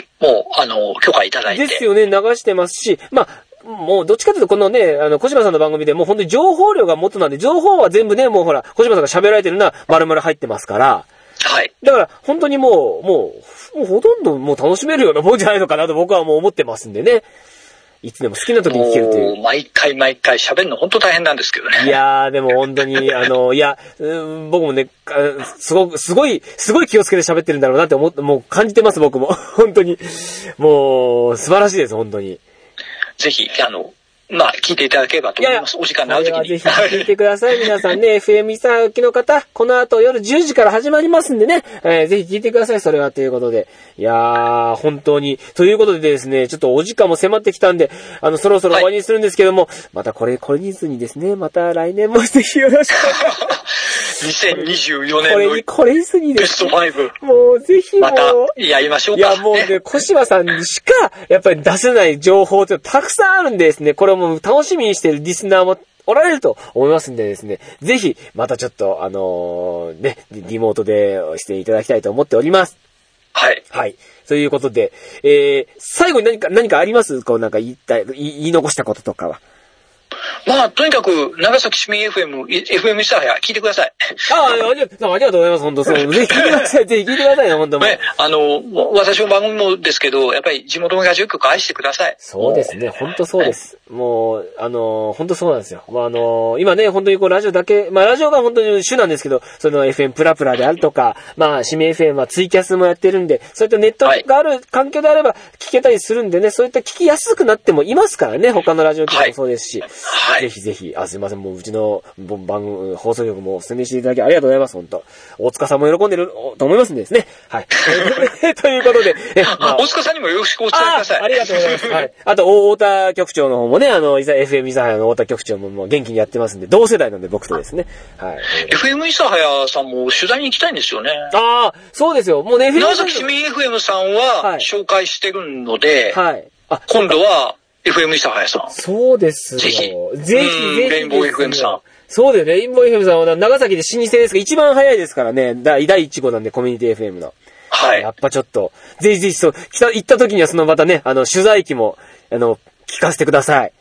[SPEAKER 2] あのー許可いただいて。
[SPEAKER 1] ですよね、流してますし、まあ、もうどっちかというとこのね、あの、小島さんの番組でもう本当に情報量が元なんで、情報は全部ね、もうほら、小島さんが喋られてるのは丸々入ってますから、
[SPEAKER 2] はい。
[SPEAKER 1] だから本当にもう、もう、もうほとんどもう楽しめるようなもんじゃないのかなと僕はもう思ってますんでね。いつでも好きな時に
[SPEAKER 2] も
[SPEAKER 1] 聞けるという。
[SPEAKER 2] う、毎回毎回喋るの本当大変なんですけどね。
[SPEAKER 1] いやー、でも本当に、あの、いや、うん僕もね、あすごく、すごい、すごい気をつけて喋ってるんだろうなって思って、もう感じてます、僕も。 本当に。もう、素晴らしいです、本当に。
[SPEAKER 2] ぜひ、あの、まあ、聞いていただければと思います。お時間のある時
[SPEAKER 1] これは
[SPEAKER 2] に。
[SPEAKER 1] ぜひ聞いてください。皆さん ね、FM さんきの方、この後夜10時から始まりますんでね、えーぜひ聞いてください。それはということで。いやー、本当に。ということでですね、ちょっとお時間も迫ってきたんで、あの、そろそろ終わりにするんですけども、またこれ、これにずにですね、また来年もぜひよろ しく。
[SPEAKER 2] 2024
[SPEAKER 1] これ
[SPEAKER 2] 年
[SPEAKER 1] に、
[SPEAKER 2] の
[SPEAKER 1] これにずにで
[SPEAKER 2] ベ
[SPEAKER 1] す
[SPEAKER 2] スト5、
[SPEAKER 1] もうぜひも
[SPEAKER 2] また
[SPEAKER 1] う、
[SPEAKER 2] やりましょう
[SPEAKER 1] い
[SPEAKER 2] か。
[SPEAKER 1] や、もう
[SPEAKER 2] ね
[SPEAKER 1] ね、小島さんにしか、やっぱり出せない情報ってたくさんあるんでですね、これをもう楽しみにしてるリスナーもおられると思いますんでですね、ぜひ、またちょっと、あのーね、リモートでしていただきたいと思っております。
[SPEAKER 2] はい。
[SPEAKER 1] はい。ということで、えー、最後に何か、何かありますこうなんか言った、言い言い残したこととかは。
[SPEAKER 2] まあ、とにかく、長崎市民 FM、い FM 諫早、聞いてください。
[SPEAKER 1] ああ、ありがありがとうございます、本当そう。 ぜひ聞いてください、ぜひ聞いてくださいね、本当もう
[SPEAKER 2] ね、あの、もう私の番組もですけど、やっぱり地元のラジオ局愛してください。
[SPEAKER 1] そうですね。本当そうです。もう、あのー、本当そうなんですよ。まあ、あのー、今ね、本当にこう、ラジオだけ、まあ、ラジオが本当に主なんですけど、その FM プラプラであるとか、まあ、市民 FM はツイキャスもやってるんで、そういったネットがある環境であれば、聞けたりするんでね、そういった聞きやすくなってもいますからね、他のラジオ局もそうですし。
[SPEAKER 2] はい
[SPEAKER 1] ぜひぜひ、あ、すいません、もううちのぼ番組、放送局もお勧めしていただきありがとうございます、本当大塚さんも喜んでるおと思いますんでですね。 はい。ということで、えま
[SPEAKER 2] あ大塚さんにもよろしくお伝えく
[SPEAKER 1] あ
[SPEAKER 2] ださい。
[SPEAKER 1] ありがとうございます。はい。あと、大田局長の方もね、あの、いざ FM 伊沢の大田局長ももう元気にやってますんで、同世代なんで僕とですね。はい。
[SPEAKER 2] FM 諫早さんも取材に行きたいんですよね。
[SPEAKER 1] ああ、そうですよ。もうね、FM
[SPEAKER 2] 長崎市民 FM さん
[SPEAKER 1] は
[SPEAKER 2] はい紹介してるので、
[SPEAKER 1] はい。あ、
[SPEAKER 2] 今度は FM 諫早さん。
[SPEAKER 1] そうですよ。
[SPEAKER 2] ぜ
[SPEAKER 1] ぜ
[SPEAKER 2] ひ
[SPEAKER 1] ひ、ぜひ
[SPEAKER 2] うん
[SPEAKER 1] ですよ。
[SPEAKER 2] レインボー FM さん
[SPEAKER 1] そうだよね。レインボー FM さんは長崎で老舗ですが、一番早いですからね。第第1号なんで、コミュニティ FM の。
[SPEAKER 2] はい
[SPEAKER 1] や。っぱちょっと、ぜひぜひ、そう、来た、行った時にはそのまたね、あの、取材機も、あの、聞かせてください。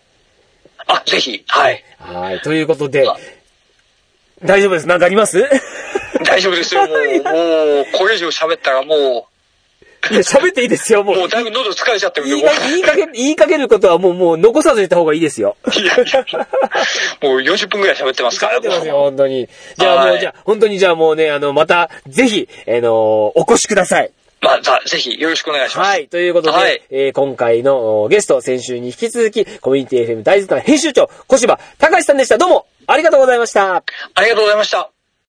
[SPEAKER 2] あ、ぜひ、はい。
[SPEAKER 1] はい。ということで
[SPEAKER 2] あ、
[SPEAKER 1] 大丈夫です。なんかあります い
[SPEAKER 2] 大丈夫ですよ。もう、もう、これ以上喋ったらも
[SPEAKER 1] や喋っていいですよ、も
[SPEAKER 2] う、
[SPEAKER 1] う
[SPEAKER 2] も。うだいぶ喉疲れちゃってるんで、
[SPEAKER 1] 言い
[SPEAKER 2] も
[SPEAKER 1] かけ、言いかけ、言いかけることはもう、もう残さず言った方がいいですよ。
[SPEAKER 2] う、いやいやもう40分ぐらい喋ってますか
[SPEAKER 1] 喋
[SPEAKER 2] ら、
[SPEAKER 1] ってますよ、
[SPEAKER 2] もう
[SPEAKER 1] 本当に。じゃあも
[SPEAKER 2] は
[SPEAKER 1] う、
[SPEAKER 2] い
[SPEAKER 1] じゃあ、本当にじゃあもうね、あの、また、ぜひ、あのー、お越しください。
[SPEAKER 2] まあ、ざぜひよろしくお願いします。
[SPEAKER 1] はい。ということで、
[SPEAKER 2] はい
[SPEAKER 1] えー今回のおゲスト、先週に引き続き、コミュニティ FM 大図鑑編集長、小柴隆さんでした。どうも、ありがとうございました。
[SPEAKER 2] ありがとうございました。